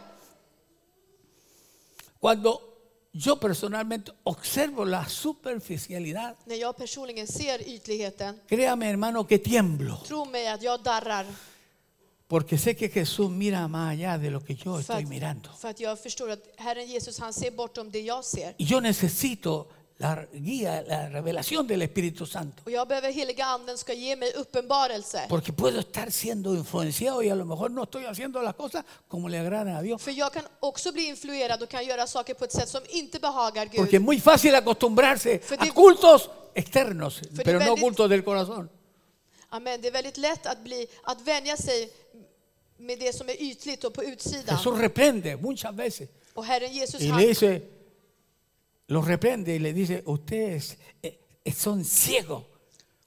S2: Cuando yo personalmente observo la superficialidad,
S1: När jag personligen ser ytligheten,
S2: créame hermano que tiemblo,
S1: tro mig att jag darrar.
S2: porque sé que Jesús mira más allá de lo que yo
S1: För
S2: estoy mirando.
S1: att, för att jag förstår att Herren Jesus han ser bortom det jag ser.
S2: Y yo necesito la guía, la revelación del Espíritu Santo.
S1: Och jag behöver heliga anden ska ge mig uppenbarelse.
S2: Porque puedo estar siendo influenciado y a lo mejor no estoy haciendo las cosas como le agradan a Dios.
S1: För jag kan också bli influerad och kan göra saker på ett sätt som inte behagar Gud.
S2: Porque es muy fácil acostumbrarse
S1: Fue
S2: a
S1: de-
S2: cultos externos,
S1: de
S2: pero no
S1: verdad-
S2: cultos del corazón.
S1: Amen. Det är väldigt lätt att, bli, att vänja sig med det som är ytligt och på utsidan.
S2: Jesús reprende muchas veces
S1: Och Herren Jesus,
S2: y le
S1: han,
S2: dice, los reprende y le dice, ustedes eh, eh, son ciegos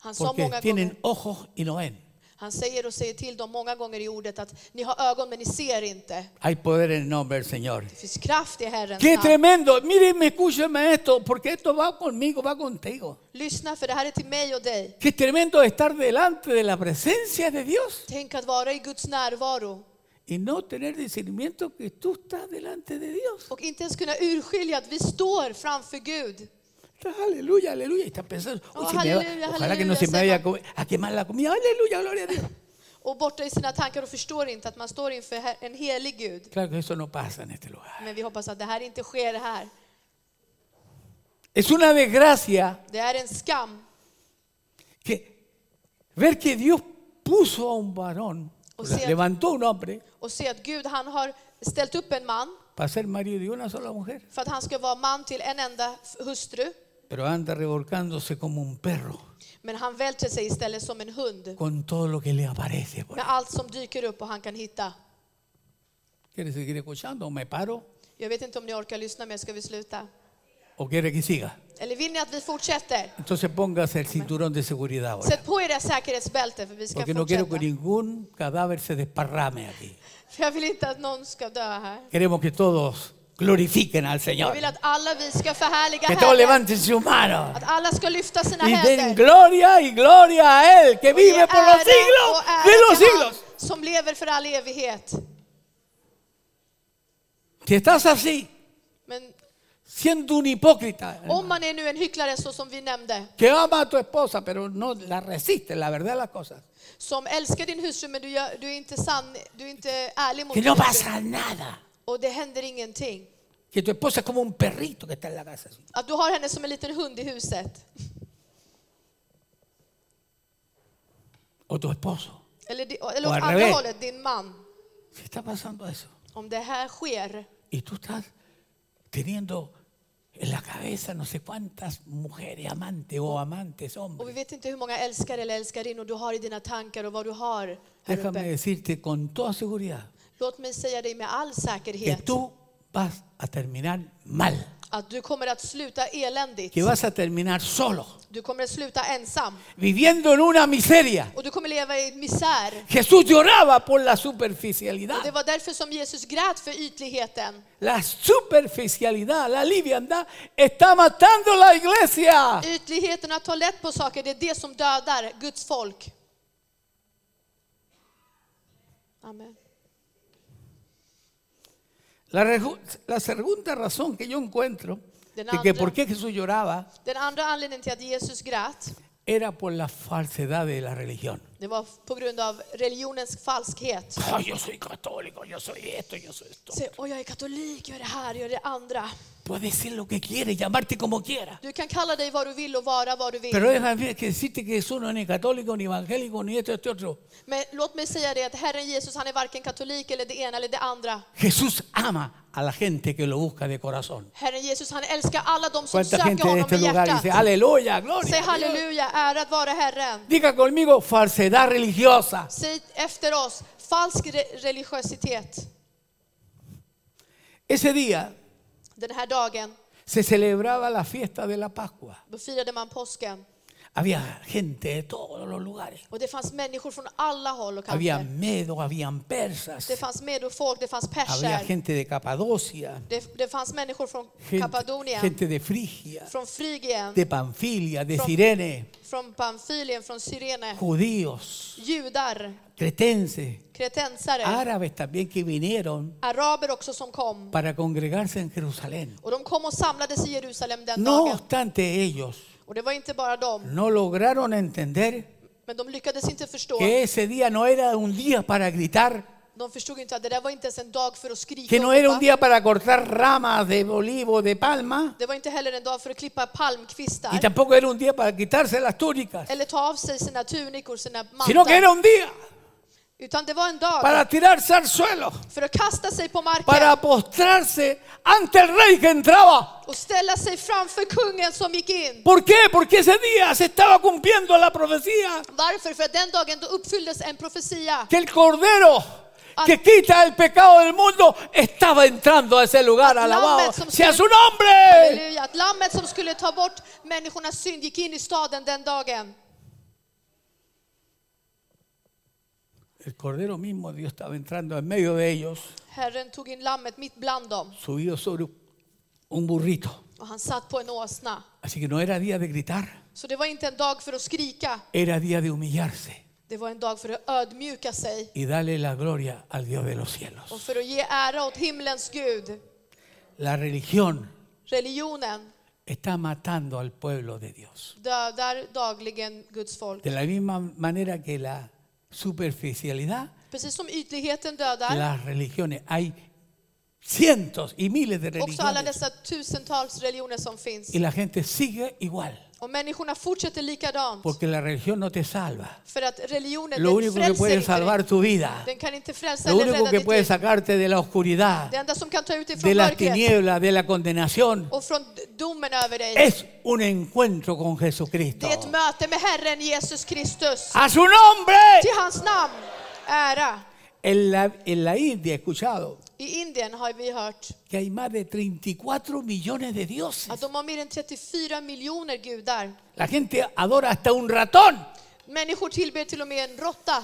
S1: han sa
S2: porque
S1: många gånger,
S2: tienen ojos y no ven.
S1: han säger och säger till dem många gånger i ordet att ni har ögon men ni ser inte.
S2: Hay poder en el nombre del Señor.
S1: Det finns kraft i Herrens
S2: Qué
S1: namn.
S2: tremendo. Mírenme, escúcheme esto, porque esto va conmigo, va contigo.
S1: Lyssna för det här är till mig och dig.
S2: Qué tremendo estar delante de la presencia de Dios
S1: Tänk att vara i Guds närvaro
S2: y no tener discernimiento que tú estás delante de Dios.
S1: och inte ens kunna urskilja att vi står framför Gud.
S2: Aleluya, aleluya. Y estás pensando, "Uy,
S1: Oh,
S2: se me va-
S1: aleluya,
S2: ojalá que no se me
S1: aleluya,
S2: vaya a, comer- a quemar la comida. Aleluya, gloria a Dios.
S1: Och borta i sina tankar och förstår inte att man står inför he- en helig Gud.
S2: Claro que eso no pasa en este lugar.
S1: Men vi hoppas att det här inte sker här.
S2: Es una desgracia
S1: Det är en skam
S2: que ver que Dios puso a un varón,
S1: O sea-
S2: levantó un hombre
S1: att se att Gud han har ställt upp en man
S2: para ser marido de una sola mujer.
S1: för att han ska vara man till en enda f- hustru.
S2: pero anda revolcándose como un perro
S1: Men han välter sig istället som en hund
S2: con todo lo que le aparece. por ahí.
S1: med allt som dyker upp och han kan hitta.
S2: ¿Quiere seguir escuchando o me paro
S1: Jag vet inte om ni orkar lyssna men ska vi sluta?
S2: o quiere que siga?
S1: Eller vill ni att vi fortsätter?
S2: Entonces póngase el cinturón de seguridad ahora,
S1: Sätt på era säkerhetsbälte för vi ska
S2: porque no quiero que
S1: fortsätta.
S2: ningún cadáver se desparrame aquí.
S1: För jag vill inte att någon ska dö här.
S2: Queremos que todos glorifiquen al
S1: Jag
S2: Señor,
S1: vill att alla vi ska förhärliga
S2: que todos
S1: Herren.
S2: levanten su mano
S1: Att alla ska lyfta sina
S2: y den
S1: händer.
S2: gloria y gloria a Él que
S1: och ge
S2: vive por los
S1: ära
S2: siglos
S1: och ära
S2: de los
S1: till han
S2: siglos.
S1: Som lever för all evighet.
S2: Si estás así,
S1: Men
S2: siendo un hipócrita,
S1: om man är nu en hycklare så som vi nämnde.
S2: que ama a tu esposa pero no la resiste, la verdad de las cosas.
S1: Som älskar din hustru men du, gör, du är inte sann, du är inte ärlig mot
S2: que
S1: din
S2: no
S1: hustru.
S2: pasa nada.
S1: Och det händer ingenting.
S2: Que tu esposa es como un perrito que está en la casa. así.
S1: Att du har henne som en liten hund i huset.
S2: O tu esposo.
S1: Eller, di- eller
S2: Och
S1: åt
S2: en
S1: andra
S2: revés.
S1: hållet, din man.
S2: Si está pasando eso.
S1: Om det här sker
S2: Y tú estás teniendo en la cabeza no sé cuántas mujeres amantes o amantes
S1: och vi
S2: hombres.
S1: vet inte hur många älskare eller älskarinnor du har i dina tankar och vad du har här
S2: Déjame
S1: uppe.
S2: decirte con toda seguridad
S1: Låt mig säga dig med all
S2: que
S1: säkerhet
S2: tú vas a terminar mal.
S1: att du kommer att sluta eländigt.
S2: Que vas a terminar solo.
S1: Du kommer att sluta ensam
S2: Viviendo en una miseria.
S1: och du kommer leva i misär.
S2: Jesús lloraba por la
S1: Och det
S2: superficialidad.
S1: var därför som Jesus grät för ytligheten.
S2: La superficialidad, la liviandad está matando la iglesia.
S1: Ytligheten att ta lätt på saker, det är det som dödar Guds folk. Amen.
S2: La, regu- la segunda razón que yo encuentro
S1: De
S2: de que
S1: nada.
S2: por qué Jesús lloraba
S1: Den andra anledningen till att Jesus grät,
S2: era por la falsedad de la religión.
S1: det var på grund av religionens falskhet.
S2: Ay, yo soy católico, yo soy esto, yo soy esto.
S1: Säg, "Åh, jag är katolik, gör det här, gör det andra.
S2: Puedes decir lo que quieres, llamarte como quieras.
S1: Du kan kalla dig vad du vill och vara vad du
S2: Pero
S1: vill.
S2: déjame que decirte que Jesús no es ni católico, ni evangélico, ni esto, esto, otro.
S1: Men låt mig säga det att Herren Jesus, han är varken katolik eller det ena eller det andra.
S2: Jesús ama a la gente que lo busca de corazón.
S1: Herren Jesus, han älskar alla de som
S2: ¿Cuánta
S1: söker
S2: gente en
S1: honom
S2: este
S1: med
S2: lugar dice
S1: hjärtat.
S2: aleluya, gloria?
S1: Säg
S2: a Dios"?
S1: halleluja, ärad vare Herren.
S2: Diga conmigo falsedad religiosa.
S1: Säg efter oss, falsk re- religiositet.
S2: Ese día
S1: Den här dagen,
S2: se celebraba la fiesta de la Pascua.
S1: då firade man påsken.
S2: Había gente de todos los lugares.
S1: Och det fanns människor från alla håll och
S2: Había
S1: kanter.
S2: medos, habían persas,
S1: Det fanns medofolk, det fanns
S2: había
S1: perser.
S2: gente de Capadocia,
S1: Det, det fanns människor från
S2: gente,
S1: Kappadonien,
S2: gente de Frigia,
S1: från Frygien,
S2: de Panfilia, de
S1: From-
S2: Sirene,
S1: från Pamfilien, från Cyrene.
S2: judíos,
S1: Judar,
S2: cretenses,
S1: kretensare,
S2: árabes también que vinieron
S1: araber också som kom.
S2: para congregarse en Jerusalén.
S1: Och de kom och samlades i Jerusalem den
S2: No
S1: dagen.
S2: obstante ellos
S1: Och det var inte bara dem,
S2: no lograron entender
S1: men de lyckades inte förstå.
S2: que ese día no era un día para gritar,
S1: De förstod inte att det där var inte ens en dag för att skrika
S2: que
S1: och
S2: no era un
S1: ropa.
S2: día para cortar ramas de olivo, de palma,
S1: Det var inte heller en dag för att klippa
S2: Y
S1: palmkvistar
S2: tampoco era un día para quitarse las túnicas,
S1: eller ta av sig sina tunikor, sina
S2: sino que era
S1: mantar.
S2: un día
S1: Utan det var en dag
S2: para tirarse al suelo,
S1: för att kasta sig på marken
S2: para postrarse ante el rey que entraba.
S1: och ställa sig framför kungen som gick in.
S2: ¿Por qué? Porque ese día se estaba cumpliendo la profecía
S1: Varför? För att den dagen då uppfylldes en profetia.
S2: que el cordero que quita el pecado del mundo estaba entrando a ese lugar alabado sea su nombre.
S1: Halleluja, att lammet som skulle ta bort människornas synd gick in i staden den dagen.
S2: El cordero mismo Dios estaba entrando en medio de ellos,
S1: Herren tog in lammet mitt bland dem
S2: subido sobre un burrito.
S1: och han satt på en åsna.
S2: Así que no era día de gritar,
S1: Så det var inte en dag för att skrika,
S2: era día de humillarse
S1: det var en dag för att ödmjuka sig
S2: y darle la gloria al Dios de los cielos.
S1: och för att ge ära åt himlens Gud.
S2: La religión
S1: Religionen
S2: está matando al pueblo de Dios.
S1: dödar dagligen Guds folk.
S2: De la misma manera que la superficialidad,
S1: Precis som ytligheten dödar,
S2: las religiones, hay cientos y miles de
S1: också alla
S2: religiones
S1: dessa tusentals religioner som finns.
S2: y la gente sigue igual,
S1: Och människorna fortsätter likadant.
S2: porque la religión no te salva.
S1: För att religionen,
S2: Lo
S1: den
S2: único que
S1: frälser
S2: puede
S1: inte
S2: salvar
S1: dig.
S2: tu vida,
S1: Den kan inte frälsa
S2: lo
S1: eller
S2: único
S1: rädda
S2: que
S1: ditt
S2: puede
S1: liv.
S2: sacarte de la oscuridad,
S1: Det enda som kan ta ut dig
S2: de
S1: från
S2: las
S1: mörkret
S2: tinieblas, de la condenación,
S1: och från d- domen över dig,
S2: es un encuentro con Jesucristo.
S1: det är ett möte med Herren Jesus Kristus.
S2: A su nombre.
S1: Till hans namn, ära.
S2: En la, en la India he escuchado
S1: I Indien har vi hört
S2: que hay más de 34 millones de dioses.
S1: att de har mer än 34 miljoner gudar.
S2: La gente adora hasta un ratón
S1: Människor tillber till och med en råtta,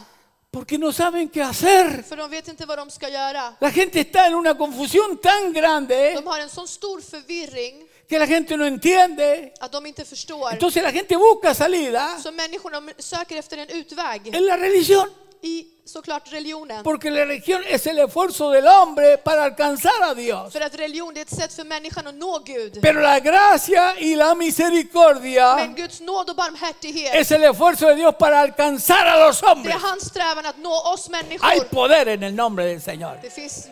S2: porque no saben qué hacer.
S1: för de vet inte vad de ska göra.
S2: La gente está en una confusión tan grande ¿eh?
S1: De har en sån stor förvirring
S2: que la gente no entiende.
S1: att de inte förstår.
S2: Entonces la gente busca salida
S1: Så människorna de söker efter en utväg
S2: en la religión,
S1: i såklart religionen.
S2: porque la religión es el esfuerzo del hombre para alcanzar a Dios.
S1: För att religion det är ett sätt för människan att nå Gud.
S2: Pero la gracia y la
S1: Men
S2: misericordia
S1: Guds nåd och barmhärtighet,
S2: es el esfuerzo de Dios para alcanzar a los
S1: det är
S2: hombres.
S1: hans strävan att nå oss
S2: Hay
S1: människor.
S2: poder en el nombre del Señor.
S1: Det finns,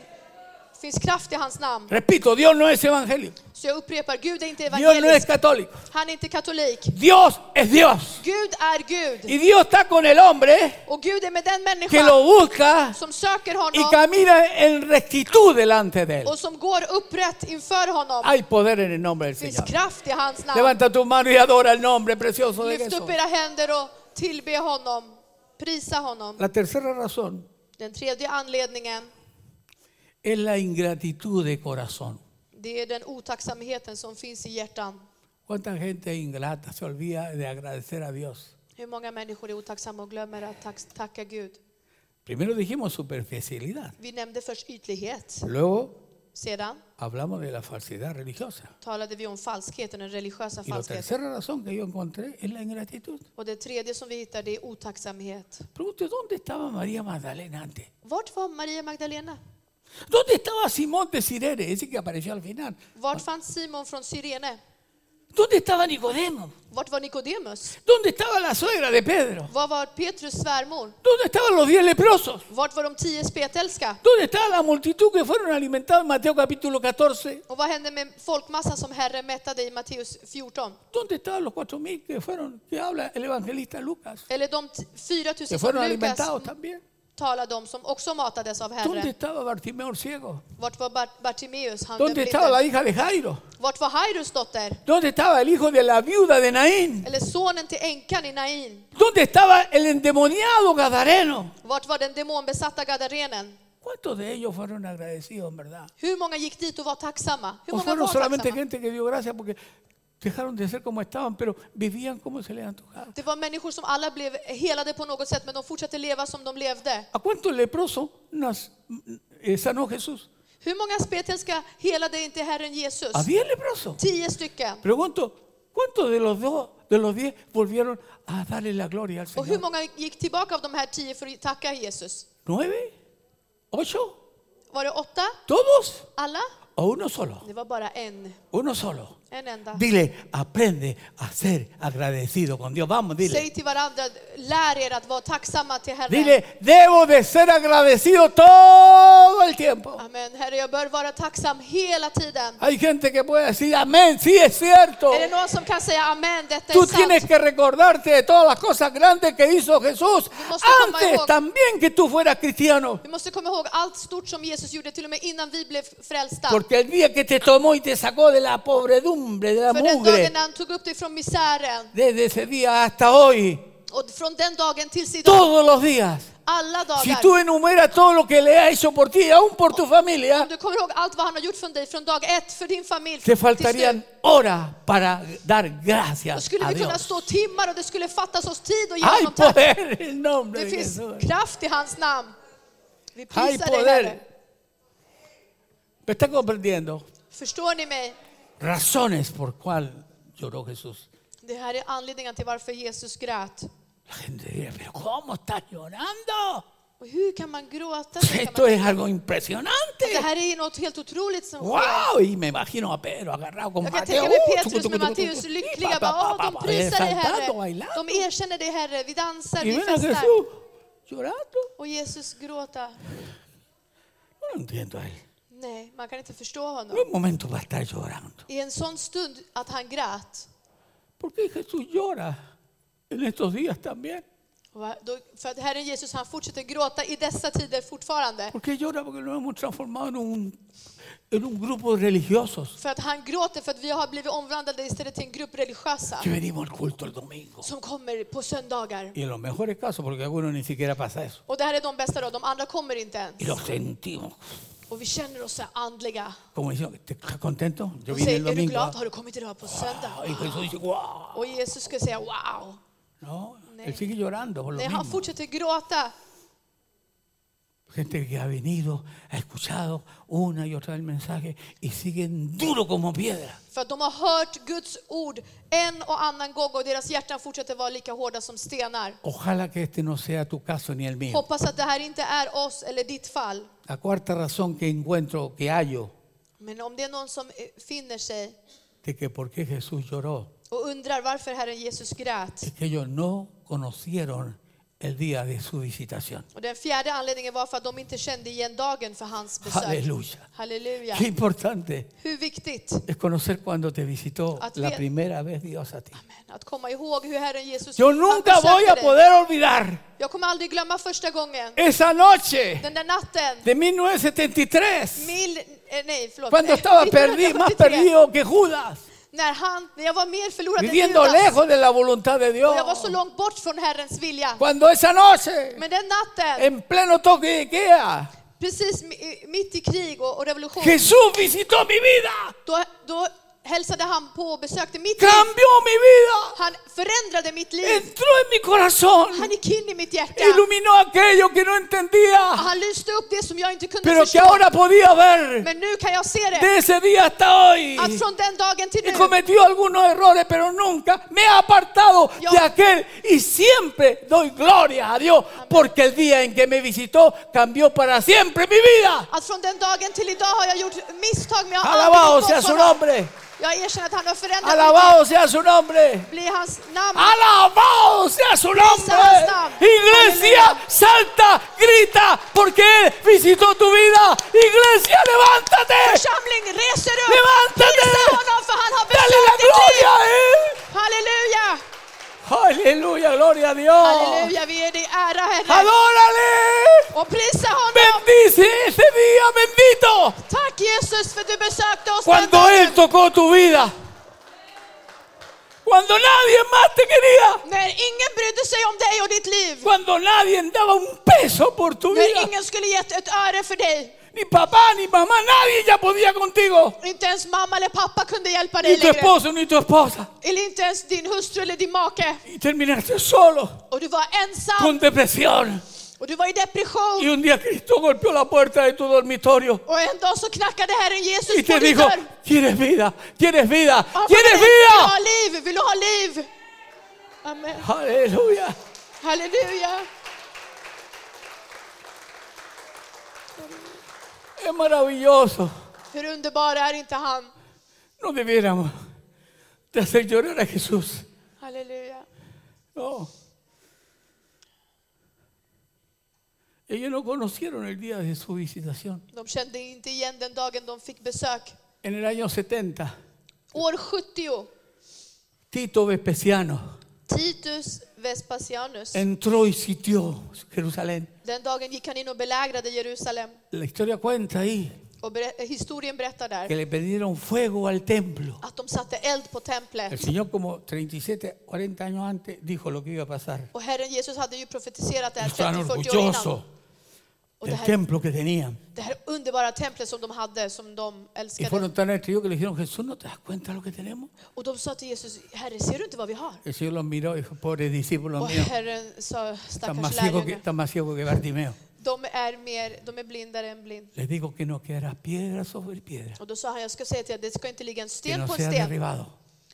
S1: finns kraft i hans namn.
S2: Repito, Dios no es evangélico.
S1: Så jag upprepar, Gud är inte
S2: Dios no es
S1: evangelisk,
S2: católico.
S1: han är inte katolik.
S2: Dios es Dios.
S1: Gud är Gud
S2: Y Dios está con el hombre
S1: och Gud är med den
S2: que
S1: människan
S2: lo busca
S1: som söker
S2: y
S1: honom
S2: camina en rectitud delante de él.
S1: och som går upprätt inför honom.
S2: Hay poder en el nombre del
S1: Det
S2: Señor.
S1: finns kraft i hans namn.
S2: Levanta tu mano y adora el nombre precioso de
S1: Lyft
S2: Jesús.
S1: upp era händer och tillbe honom, prisa honom.
S2: La tercera razón
S1: Den tredje anledningen,
S2: es la ingratitud de corazón.
S1: det är den otacksamheten som finns i hjärtan.
S2: ¿Cuánta gente ingrata se olvida de agradecer a Dios?
S1: Hur många människor är otacksamma och glömmer att tack, tacka Gud?
S2: Primero dijimos superficialidad,
S1: Vi nämnde först ytlighet.
S2: luego
S1: Sedan
S2: hablamos de la falsedad religiosa.
S1: talade vi om falskheten, den religiösa
S2: Y la
S1: falskheten.
S2: tercera razón que yo encontré es la ingratitud.
S1: Och det tredje som vi hittar det är otacksamhet.
S2: Pregunte, ¿dónde estaba María Magdalena antes?
S1: Vart var Maria Magdalena?
S2: ¿Dónde estaba Simón de Sirene, ese que apareció al final?
S1: Vart fanns Simon från Cyrene?
S2: ¿Dónde estaba Nicodemo?
S1: Vart var Nikodemus?
S2: ¿Dónde estaba la suegra de Pedro?
S1: Var var Petrus svärmor?
S2: ¿Dónde estaban los diez leprosos?
S1: Vart var de tio spetälska?
S2: ¿Dónde estaba la multitud que fueron alimentados en Mateo capítulo 14?
S1: Och vad hände med folkmassan som Herren mättade i Matteus 14?
S2: ¿Dónde estaban los cuatro mil que fueron, que habla el evangelista Lucas?
S1: Eller de t- 4
S2: Que
S1: 000 som
S2: fueron
S1: Lukas
S2: alimentados también.
S1: talade om som också matades av
S2: ¿Dónde
S1: Herren.
S2: estaba Bartimeo el ciego?
S1: Vart var Bart- Bartimeus? Han den
S2: ¿Dónde estaba
S1: blinde?
S2: la hija de Jairo?
S1: Vart var Jairus dotter?
S2: ¿Dónde estaba el hijo de la viuda de Naín?
S1: Eller sonen till änkan i Nain?
S2: ¿Dónde estaba el endemoniado Gadareno?
S1: Vart var den demonbesatta gadarenen?
S2: ¿Cuántos de ellos fueron agradecidos, en verdad?
S1: Hur många gick dit och var tacksamma? Hur
S2: O
S1: många var
S2: fueron solamente
S1: tacksamma?
S2: gente que dio gracias porque dejaron de ser como estaban, pero vivían como se les antojaba.
S1: Det var människor som alla blev helade på något sätt, men de fortsatte leva som de levde.
S2: ¿A cuántos leprosos nas- eh, sanó Jesús?
S1: Hur många spetälska helade inte Herren Jesus?
S2: ¿A 10 leprosos?
S1: Tio stycken.
S2: Pregunto, ¿cuántos de los dos, de los 10 volvieron a darle la gloria al
S1: Och hur
S2: Señor?
S1: många gick tillbaka av de här tio för att tacka Jesus?
S2: ¿Nueve? ¿Ocho?
S1: Var det åtta?
S2: ¿Todos?
S1: Alla?
S2: ¿O uno solo?
S1: Det var bara en.
S2: Uno solo.
S1: En enda.
S2: Dile, aprende a ser agradecido con Dios. Vamos, dile.
S1: Säg till varandra, lär er att vara tacksamma till Herren.
S2: Dile, debo de ser agradecido todo el tiempo.
S1: Amen. Herre, jag bör vara tacksam hela tiden.
S2: Hay gente que puede decir, amén, sí es cierto.
S1: Är det någon som kan säga amen, detta är
S2: Tú tienes
S1: sant?
S2: que recordarte de todas las cosas grandes que hizo Jesús antes también que tú fueras cristiano.
S1: Vi måste komma ihåg allt stort som Jesus gjorde, till och med innan vi blev frälsta.
S2: Porque el día que te tomó y te sacó de la pobredumbre, de la
S1: För den dagen
S2: mugre,
S1: när han tog upp dig från misären,
S2: desde ese día hasta hoy,
S1: och från den dagen tills idag,
S2: todos los días.
S1: alla
S2: Si
S1: dagar.
S2: tú enumeras todo lo que le ha hecho por ti, aún por tu familia,
S1: Om du kommer ihåg allt vad han har gjort för dig från dag ett, för din familj,
S2: te
S1: tills
S2: faltarían
S1: nu.
S2: horas para dar
S1: Då
S2: gracias
S1: skulle
S2: a
S1: vi kunna
S2: Dios.
S1: stå timmar och det skulle fattas oss tid att ge
S2: Hay
S1: honom tack.
S2: poder en el nombre
S1: Det
S2: de
S1: finns
S2: Jesús.
S1: kraft i hans namn. Vi
S2: Hay
S1: prisar dig, Herre.
S2: poder. ¿Me están comprendiendo?
S1: Förstår ni mig?
S2: Razones por cual lloró Jesús.
S1: Det här är anledningen till varför Jesus grät.
S2: La gente diría, pero ¿cómo estás llorando?
S1: Och hur kan man gråta? så kan
S2: Esto
S1: man...
S2: es algo
S1: Det
S2: impresionante.
S1: här är ju något helt otroligt som sker.
S2: ¡Wow! Y me imagino a Pedro agarrado con
S1: Jag kan
S2: Mateo.
S1: tänka mig
S2: ¡uh!
S1: Petrus med Matteus lyckliga. Bara, "Åh, de prisar dig Herre.
S2: Saltando, bailando.
S1: De erkänner dig Herre. Vi dansar,
S2: Y
S1: vi
S2: ven a
S1: festar.
S2: Jesús llorando.
S1: Och Jesus gråta.
S2: No lo entiendo a él.
S1: Nej, man kan inte förstå
S2: En
S1: honom.
S2: un momento va a estar llorando.
S1: I en sån stund att han grät.
S2: ¿Por qué Jesús llora en estos días también?
S1: Och då- För att Herren Jesus han fortsätter gråta i dessa tider fortfarande.
S2: ¿Por qué llora? Porque nos hemos transformado en un, en un grupo de religiosos
S1: För att han gråter för att vi har blivit omvandlade istället till en grupp religiösa
S2: que venimos al culto el domingo.
S1: som kommer på söndagar.
S2: Y en los mejores casos, porque algunos ni siquiera pasa eso.
S1: Och det här är de bästa då, de andra kommer inte
S2: Y
S1: ens.
S2: los sentimos.
S1: Och vi känner oss så här andliga.
S2: Como diciendo, ¿estás contento? Yo
S1: De
S2: vine el
S1: säger, är du
S2: domingo.
S1: glad? Har du kommit idag på söndag?
S2: ah". Y Jesús dice, ¡guau!
S1: Och Jesus skulle säga wow.
S2: No, él sigue llorando por lo
S1: Nej, han
S2: mismo.
S1: fortsätter gråta.
S2: Gente que ha venido, ha escuchado una y otra vez el mensaje y siguen duro como piedra.
S1: För att de har hört Guds ord en och annan gång och deras hjärtan fortsätter vara lika hårda som stenar.
S2: Ojalá que este no sea tu caso ni el mío.
S1: Hoppas att det här inte är oss eller ditt fall.
S2: La cuarta razón que encuentro, que hallo,
S1: Men om det är någon som eh, finner sig
S2: de que por qué Jesús lloró,
S1: och undrar varför Herren Jesus grät.
S2: es que ellos no conocieron el día de su visitación.
S1: Och den fjärde anledningen var för att de inte kände igen dagen för hans besök.
S2: Halleluja.
S1: Halleluja.
S2: Qué importante
S1: Hur viktigt
S2: es conocer cuando te visitó
S1: Así
S2: la
S1: es.
S2: primera vez Dios a ti.
S1: amen, att komma ihåg hur Herren Jesus
S2: Yo
S1: han
S2: nunca voy
S1: besökte
S2: a
S1: dig.
S2: poder olvidar
S1: Jag kommer aldrig glömma första gången,
S2: esa noche
S1: den där natten.
S2: de 1973,
S1: Mil, eh, nej, förlåt.
S2: cuando
S1: Eh,
S2: estaba
S1: 1973,
S2: perdido, más perdido que Judas,
S1: När han, när jag var mer förlorad än
S2: viviendo
S1: Judas.
S2: lejos de la voluntad de
S1: Och jag var så
S2: Dios.
S1: långt bort från Herrens vilja.
S2: Cuando esa noche
S1: Men den natten,
S2: en pleno toque de queda.
S1: precis mi- mitt i krig och, och revolution,
S2: Jesús visitó mi vida,
S1: då, då hälsade han på och besökte mitt liv.
S2: cambió mi vida,
S1: Han förändrade mitt liv.
S2: entró en mi corazón,
S1: Han gick in i mitt hjärta.
S2: iluminó aquello que no entendía,
S1: Han lyste upp det som jag inte kunde
S2: pero que
S1: förstå.
S2: ahora podía ver
S1: Men nu kan jag se det.
S2: de ese día hasta hoy.
S1: Att från den dagen till
S2: He
S1: nu
S2: cometido algunos errores, pero nunca me he apartado de aquel y siempre doy gloria a Dios porque el día en que me visitó cambió para siempre mi vida.
S1: Att från den dagen till idag har jag gjort misstag men jag har
S2: Alabado
S1: aldrig
S2: sea
S1: gått
S2: su
S1: från honom.
S2: nombre,
S1: Jag erkänner att han har förändrat mitt
S2: alabado sea Ah! su nombre.
S1: liv. Blir hans namn.
S2: Alabado sea su nombre.
S1: Santo.
S2: Iglesia,
S1: Aleluya.
S2: salta, grita, porque Él visitó tu vida. Iglesia, levántate.
S1: Församling, res er upp!
S2: Levántate.
S1: Prisa honom för han har
S2: Dale
S1: besökt
S2: la
S1: ditt liv!
S2: gloria a Él.
S1: Halleluja!
S2: Aleluya, gloria a Dios.
S1: Halleluja, vi ger dig ära Herre.
S2: Adórale.
S1: Och prisa honom!
S2: Bendice ese día bendito.
S1: Tack Jesus för du besökte oss den
S2: Cuando
S1: dagen.
S2: Él tocó tu vida. Cuando nadie más te quería.
S1: När ingen brydde sig om dig och ditt liv.
S2: Cuando nadie daba un peso por tu
S1: När
S2: vida.
S1: ingen skulle gett ett öre för dig.
S2: Ni papá, ni mamá, nadie ya podía contigo.
S1: Inte ens mamma eller pappa kunde hjälpa dig
S2: ni tu
S1: längre.
S2: esposo ni tu esposa.
S1: Eller inte ens din hustru eller din make.
S2: Y terminaste solo,
S1: Och du var ensam
S2: con depresión.
S1: och du var i
S2: Y
S1: depression.
S2: un día Cristo golpeó la puerta de tu dormitorio
S1: Och en dag så knackade Herren Jesus
S2: y
S1: på
S2: te
S1: din
S2: dijo,
S1: dörr.
S2: ¿quieres vida? ¿Quieres vida?
S1: Han frågade,
S2: ¿Quieres
S1: Vill du ha
S2: vida?
S1: liv? Vill du ha liv? Amen.
S2: Aleluya.
S1: Halleluja.
S2: Es maravilloso.
S1: Hur underbar är inte han?
S2: No debiéramos te hace llorar a Jesús.
S1: Halleluja.
S2: No. Ellos no conocieron el día de su visitación.
S1: De kände inte igen den dagen de fick besök.
S2: En el año 70,
S1: År 70,
S2: Tito Vespasiano
S1: Titus Vespasianus.
S2: entró y sitió Jerusalén.
S1: Den dagen gick han in och belägrade Jerusalem.
S2: La historia cuenta ahí
S1: Och berä- historien berättar
S2: que
S1: där
S2: le pidieron fuego al templo.
S1: att de satte eld på
S2: El
S1: templet.
S2: Señor como 37, 40 años antes dijo lo que iba a pasar.
S1: Och Herren Jesus hade ju profetiserat det här
S2: Estaban
S1: 30-40 år innan.
S2: orgullosos
S1: Och det
S2: del
S1: här,
S2: templo que tenían.
S1: det här underbara templet som de hade, som de
S2: Y
S1: älskade.
S2: fueron tan atrevidos que le dijeron, Jesús, ¿no te das cuenta lo que tenemos?
S1: Och de sa till Jesus, Herre ser du inte vad vi har?
S2: El Señor los miró y dijo, pobres discípulos
S1: Och
S2: míos,
S1: Herren sa,
S2: están más
S1: stackars
S2: ciegos que,
S1: lärjungar,
S2: están más ciegos que Bartimeo.
S1: de är, mer, de är blindare än blind.
S2: Les digo que no quedará piedra sobre piedra,
S1: Och då sa han, jag ska säga till er, det ska inte ligga en
S2: que
S1: sten
S2: no
S1: på
S2: sea
S1: en sten
S2: derribado.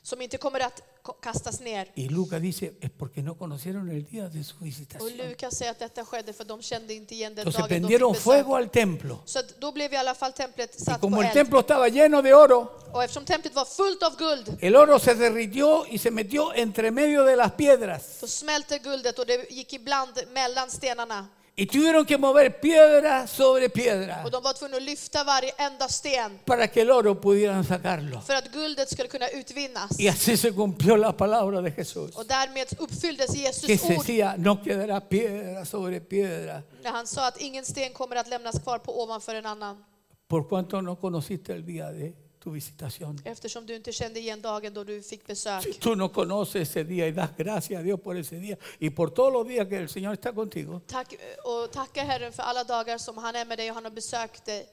S1: som inte kommer att ko- kastas ner.
S2: Y Lucas dice, es porque no conocieron el día de su
S1: Och
S2: visitación.
S1: Lukas säger att detta skedde för de kände inte igen den
S2: Entonces
S1: dagen de fick
S2: prendieron fuego
S1: besök.
S2: al templo.
S1: Så att då blev i alla fall templet
S2: Y
S1: satt på
S2: como el
S1: eld.
S2: templo estaba lleno de oro,
S1: Och eftersom templet var fullt av guld
S2: el oro se derritió y se metió entre medio de las piedras.
S1: så smälte guldet och det gick ibland mellan stenarna.
S2: Y tuvieron que mover piedra sobre piedra
S1: Och de var tvungna att lyfta varje enda sten
S2: para que el oro pudieran sacarlo.
S1: för att guldet skulle kunna utvinnas.
S2: Y así se cumplió la palabra de Jesús.
S1: Och därmed uppfylldes
S2: Que
S1: Jesus
S2: se
S1: ord
S2: decía, no quedará piedra sobre piedra.
S1: när han sa att ingen sten kommer att lämnas kvar på ovanför en annan
S2: Por cuanto no conociste el día de tu visitación.
S1: eftersom du inte kände igen dagen då du fick
S2: Si
S1: besök.
S2: tú no conoces ese día y das gracias a Dios por ese día y por todos los días que el Señor está contigo,
S1: Tack, och tacka Herren för alla dagar som han är med dig och han har besökt dig.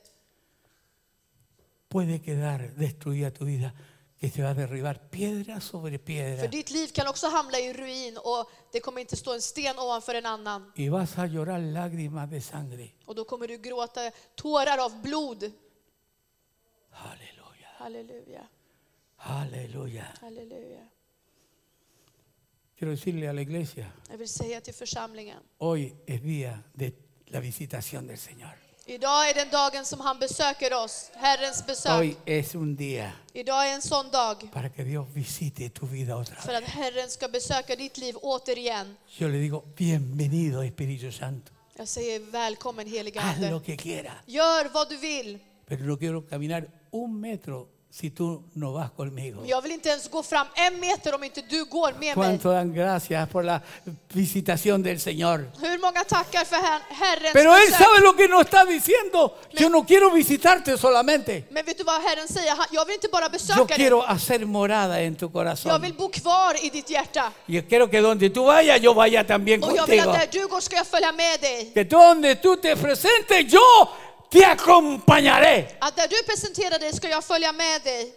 S2: puede quedar destruida tu vida, que se va a derribar piedra sobre
S1: För
S2: piedra.
S1: ditt liv kan också hamna i ruin och det kommer inte stå en sten ovanför en annan.
S2: Y vas a llorar lágrimas de sangre.
S1: Och då kommer du gråta tårar av blod.
S2: Aleluya,
S1: Halleluja,
S2: aleluya.
S1: halleluja.
S2: Quiero decirle a la iglesia,
S1: Jag vill säga till församlingen.
S2: hoy es día de la visitación del Señor.
S1: Idag är den dagen som han besöker oss, Herrens besök.
S2: Hoy es un día
S1: Idag är en sån dag
S2: para que Dios visite tu vida otra
S1: för
S2: vez.
S1: att Herren ska besöka ditt liv återigen.
S2: Yo le digo, bienvenido Espíritu Santo.
S1: Jag säger välkommen helige
S2: Haz
S1: Ande.
S2: lo que quiera,
S1: Gör vad du vill.
S2: pero no quiero caminar un metro si tú no vas conmigo.
S1: Men jag vill inte ens gå fram en meter om inte du går med mig.
S2: Cuánto dan gracias por la visitación del Señor.
S1: Hur många tackar för Her- Herrens
S2: Pero Él
S1: besök?
S2: sabe lo que nos está diciendo. Yo no quiero visitarte solamente.
S1: Men vet du vad Herren säger? Han- Jag vill inte bara
S2: Yo
S1: besöka dig.
S2: quiero hacer morada en tu
S1: Jag
S2: corazón.
S1: vill bo kvar i ditt hjärta.
S2: Yo quiero que donde tú vayas, yo vaya también
S1: Och jag vill att
S2: contigo.
S1: där du går ska jag följa med dig.
S2: Que tú donde tú te presentes, yo te acompañaré.
S1: Att där du presenterar dig ska jag följa med dig.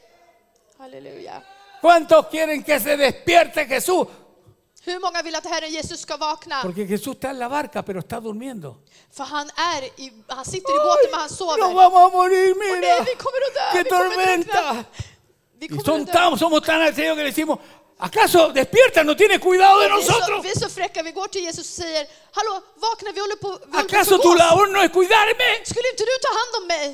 S1: Halleluja.
S2: ¿Cuántos quieren que se despierte Jesús?
S1: Hur många vill att Herren Jesus ska vakna?
S2: Porque Jesús está en la barca, pero está durmiendo.
S1: För han är i, han sitter i båten men han
S2: Nos
S1: sover.
S2: vamos a morir,
S1: Och nej,
S2: mira.
S1: vi kommer att dö!
S2: ¡Qué
S1: vi kommer att drunkna.
S2: tormenta!
S1: Vi
S2: Y
S1: kommer
S2: son
S1: att dö!
S2: tan- somos tan atrevidos que le decimos, ¿acaso despierta? ¿No tienes cuidado de
S1: Vi är, så,
S2: nosotros?
S1: vi är så fräcka, vi går till Jesus och säger Hallå, vakna, vi håller på vi håller på att
S2: ¿Acaso tu
S1: förgås.
S2: labor no es cuidarme?
S1: Skulle inte du ta hand om mig?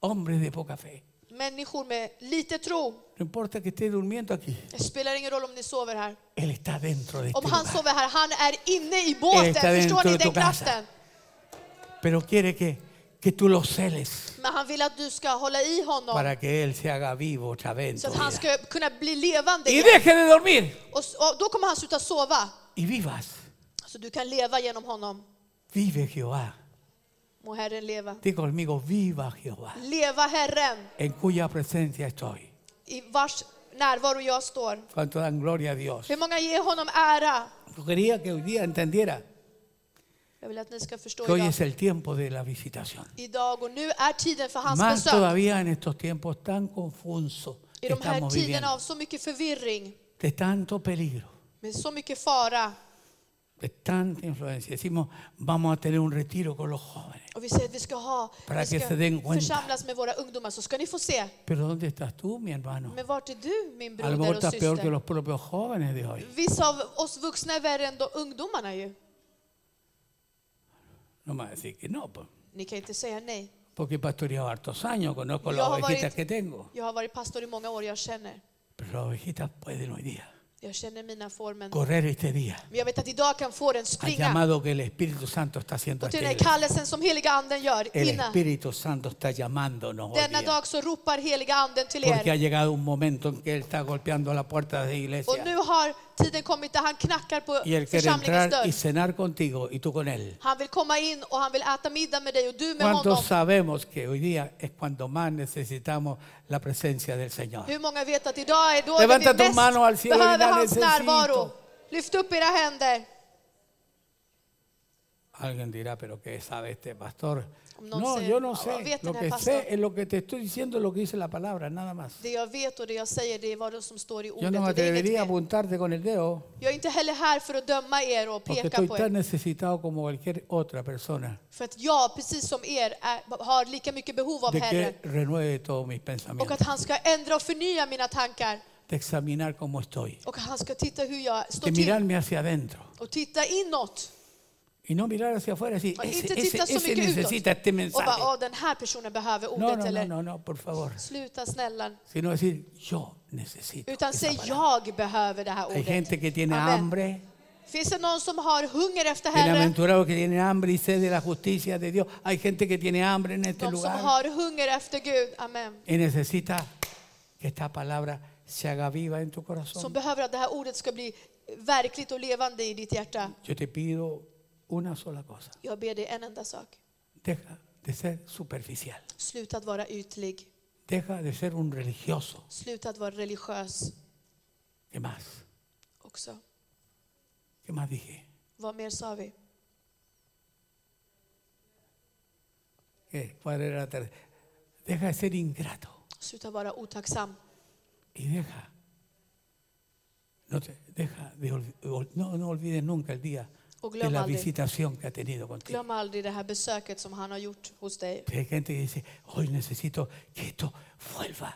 S2: Hombres de poca fe.
S1: Människor med lite tro.
S2: No importa que esté durmiendo aquí.
S1: Det spelar ingen roll om ni sover här.
S2: Él está dentro de
S1: Om
S2: este
S1: han
S2: lugar.
S1: sover här, han är inne i
S2: Eh,
S1: båten.
S2: está dentro
S1: Förstår ni
S2: de tu
S1: den
S2: casa.
S1: kraften?
S2: Pero quiere que, que tú lo celes
S1: Men han vill att du ska hålla i honom
S2: para que Él se haga vivo otra vez.
S1: så
S2: en
S1: att
S2: tu
S1: han
S2: vida.
S1: ska kunna bli levande.
S2: Y
S1: igen.
S2: deje de dormir
S1: Och, s- och då kommer han sluta sova.
S2: y vivas.
S1: Så du kan leva genom honom.
S2: Vive Jehová.
S1: Må Herren leva.
S2: Diga conmigo, viva Jehová.
S1: Leva Herren
S2: En cuya presencia estoy.
S1: i vars närvaro jag står.
S2: Cuánto dan gloria a Dios.
S1: Hur många ger honom ära?
S2: Yo quería que hoy día entendiera
S1: Jag vill att ni ska förstå
S2: que hoy
S1: idag.
S2: es el tiempo de la visitación.
S1: Idag och nu är tiden för hans
S2: Más
S1: besök.
S2: todavía en estos tiempos tan confusos
S1: I
S2: que
S1: de här
S2: estamos
S1: tiderna
S2: viviendo,
S1: av så mycket förvirring,
S2: de tanto peligro,
S1: med så mycket fara.
S2: de tanta influencia. Decimos, vamos a tener un retiro con los jóvenes.
S1: Och vi säger att vi ska ha,
S2: Para
S1: vi ska
S2: que se den cuenta.
S1: församlas med våra ungdomar så ska ni få se.
S2: Pero ¿dónde estás tú, mi hermano?
S1: Men vart är du min
S2: A lo
S1: broder
S2: mejor
S1: och
S2: estás peor que
S1: syster?
S2: los propios jóvenes de hoy.
S1: Vissa av oss vuxna är värre än de ungdomarna ju.
S2: No me vas a decir que no, po-
S1: Ni kan inte säga nej.
S2: porque he pastoreado hartos años, conozco
S1: Yo
S2: las
S1: voy-
S2: ovejitas que tengo.
S1: Jag har varit pastor i många år, jag känner.
S2: nuestras ovejitas pueden hoy día
S1: Jag känner mina får, men,
S2: correr este día
S1: men jag vet att idag kan fåren
S2: al
S1: springa.
S2: llamado que el Espíritu Santo está haciendo
S1: Och
S2: a
S1: till
S2: esta
S1: den här
S2: iglesia.
S1: kallelsen som heliga anden gör
S2: El
S1: innan.
S2: Espíritu Santo está llamándonos hoy
S1: Denna
S2: día,
S1: dag så ropar heliga anden till
S2: porque ha
S1: er.
S2: llegado un momento en que Él está golpeando la puerta de la
S1: Och
S2: iglesia
S1: nu har tiden kommit där han knackar på
S2: y Él quiere
S1: församlingens
S2: entrar
S1: dörr.
S2: y cenar contigo y tú con Él.
S1: Han vill komma in och han vill äta middag med dig och du med honom.
S2: ¿Cuántos sabemos que hoy día es cuando más necesitamos la presencia del Señor?
S1: Hur många vet att idag är då
S2: Levanta
S1: när vi
S2: tu mano al
S1: mest
S2: cielo y
S1: behöver
S2: dale
S1: hans
S2: necesito.
S1: närvaro? Lyft upp era händer.
S2: Alguien dirá, pero ¿qué sabe este pastor?
S1: No
S2: No,
S1: sé.
S2: yo no
S1: Ah,
S2: sé.
S1: vete,
S2: Lo
S1: no,
S2: que
S1: pastor.
S2: sé es lo que te estoy diciendo, lo que dice la palabra, nada más.
S1: Det jag vet och det jag säger det är vad som står i
S2: Yo
S1: ordet.
S2: no me
S1: och det är inget
S2: atrevería a
S1: mer.
S2: apuntarte con el dedo
S1: Jag är inte heller här för att döma er och
S2: porque
S1: peka
S2: estoy
S1: på er.
S2: tan necesitado como cualquier otra persona
S1: För att jag, precis som er, är, har lika mycket behov av
S2: de
S1: Herren.
S2: que renueve todos mis
S1: Och
S2: pensamientos,
S1: att han ska ändra och förnya mina tankar.
S2: de examinar cómo estoy,
S1: Och att han ska titta hur jag står
S2: de
S1: till.
S2: mirarme hacia adentro
S1: Och titta inåt.
S2: y no mirar hacia afuera y decir,
S1: Och
S2: ese,
S1: inte
S2: ese,
S1: titta så
S2: ese
S1: mycket
S2: necesita
S1: utåt.
S2: este
S1: Och bara,
S2: mensaje.
S1: "Åh, den här personen behöver ordet.
S2: No, no, no,
S1: eller,
S2: no, no, por favor.
S1: sluta snälla.
S2: Sino decir, yo necesito.
S1: Utan
S2: esa
S1: säg,
S2: palabra.
S1: jag behöver det här
S2: Hay gente
S1: ordet.
S2: que tiene
S1: Amén.
S2: hambre.
S1: Finns det någon som har hunger efter Herren?
S2: Bienaventurado que tiene hambre y sed de la justicia de Dios. Hay gente que tiene hambre en este
S1: De som
S2: lugar
S1: har hunger efter Gud, amen.
S2: y necesita que esta palabra se haga viva en tu
S1: Som
S2: corazón.
S1: behöver att det här ordet ska bli verkligt och levande i ditt hjärta.
S2: Yo te pido una sola cosa.
S1: Jag ber dig en enda sak.
S2: Deja de ser superficial.
S1: Sluta att vara ytlig.
S2: Deja de ser un religioso.
S1: Sluta att vara religiös
S2: ¿Qué más?
S1: också.
S2: ¿Qué más dije?
S1: Vad mer sa vi?
S2: ¿Qué? ¿Cuál era la ter- Deja de ser ingrato
S1: Sluta vara otacksam.
S2: y deja. No te, deja de ol- ol- no, no olvides nunca el día
S1: Och
S2: de
S1: glöm
S2: la
S1: aldrig.
S2: visitación que ha tenido contigo.
S1: Glöm aldrig det här besöket som han har gjort hos dig.
S2: Hay gente que dice, hoy necesito que esto vuelva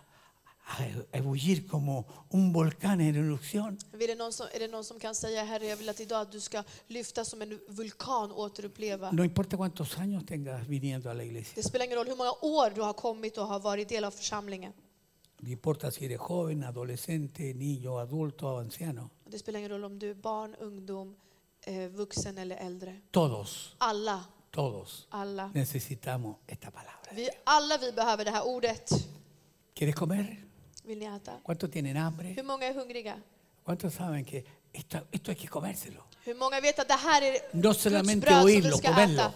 S2: a ebullir como un volcán en erupción.
S1: Vill det någon som, är det någon som kan säga, Herre, jag vill att idag att du ska lyfta som en vulkan återuppleva.
S2: No importa cuántos años tengas viniendo a la iglesia.
S1: Det spelar ingen roll hur många år du har kommit och har varit del av församlingen.
S2: No importa si eres joven, adolescente, niño, adulto o anciano.
S1: Det spelar ingen roll om du är barn, ungdom, eh, vuxen eller äldre.
S2: Todos,
S1: Alla,
S2: todos
S1: alla.
S2: necesitamos esta palabra.
S1: Vi, alla vi behöver det här ordet.
S2: ¿Quieres comer?
S1: Vill ni äta?
S2: ¿Cuántos tienen hambre?
S1: Hur många är hungriga?
S2: ¿Cuántos saben que esto, esto hay que comérselo?
S1: Hur många vet att det här är
S2: No
S1: Guds bröd
S2: solamente
S1: som vi
S2: oírlo,
S1: ska
S2: comerlo.
S1: äta?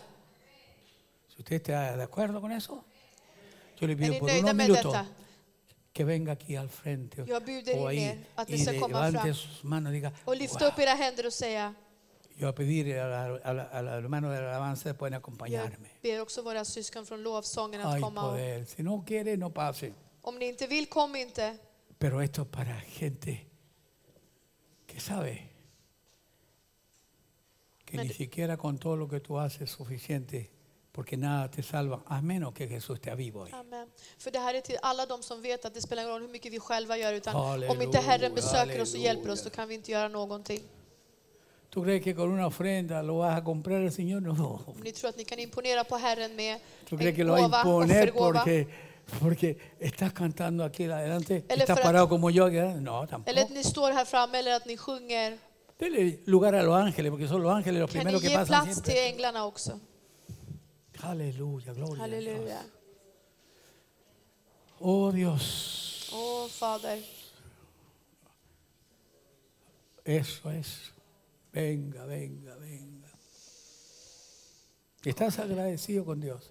S2: Si usted está de acuerdo con eso, yo le
S1: Är
S2: pido
S1: ni
S2: por
S1: nöjda
S2: unos
S1: med
S2: minutos
S1: detta?
S2: que venga aquí al frente
S1: Jag bjuder
S2: o ahí
S1: in er att ni
S2: y
S1: ska
S2: le-
S1: komma
S2: levante
S1: fram.
S2: sus manos y diga,
S1: Och lyfta
S2: "Wow".
S1: upp era händer och säga,
S2: yo voy a pedir a la- a la- a la- al hermano de la alabanza que pueden
S1: jag
S2: acompañarme.
S1: ber också våra syskon från lovsången att
S2: Hay
S1: komma. Och,
S2: poder, si no quiere no pase.
S1: om ni inte vill, kom inte.
S2: Pero esto es para gente que sabe que ni
S1: Mire.
S2: siquiera con todo lo que tú haces es suficiente porque nada te salva a menos que Jesús esté vivo hoy.
S1: Amen. För det här är till alla de som vet att det spelar ingen roll hur mycket vi själva gör, utan om
S2: Halleluja,
S1: inte Herren besöker oss och hjälper oss,
S2: halleluja.
S1: då kan vi inte göra någonting.
S2: ¿Tú crees que con una ofrenda lo vas a comprar al Señor? No.
S1: Om ni tror att ni kan imponera på Herren med
S2: ¿Tú crees que
S1: en
S2: lo va a
S1: gåva,
S2: imponer
S1: offergåva,
S2: porque, porque estás cantando aquí adelante?
S1: Él
S2: ¿Estás
S1: espera-
S2: parado como yo aquí adelante? No,
S1: eller att
S2: tampoco.
S1: ni står här framme eller att ni sjunger,
S2: Dele lugar a los ángeles, porque son los ángeles los
S1: kan ni
S2: primeros que
S1: ge
S2: pasan
S1: plats till
S2: siempre.
S1: änglarna också?
S2: Aleluya, gloria a Dios.
S1: Halleluja.
S2: Oh Dios,
S1: Åh, Fader,
S2: eso es. Venga, venga, venga. Estás agradecido con Dios.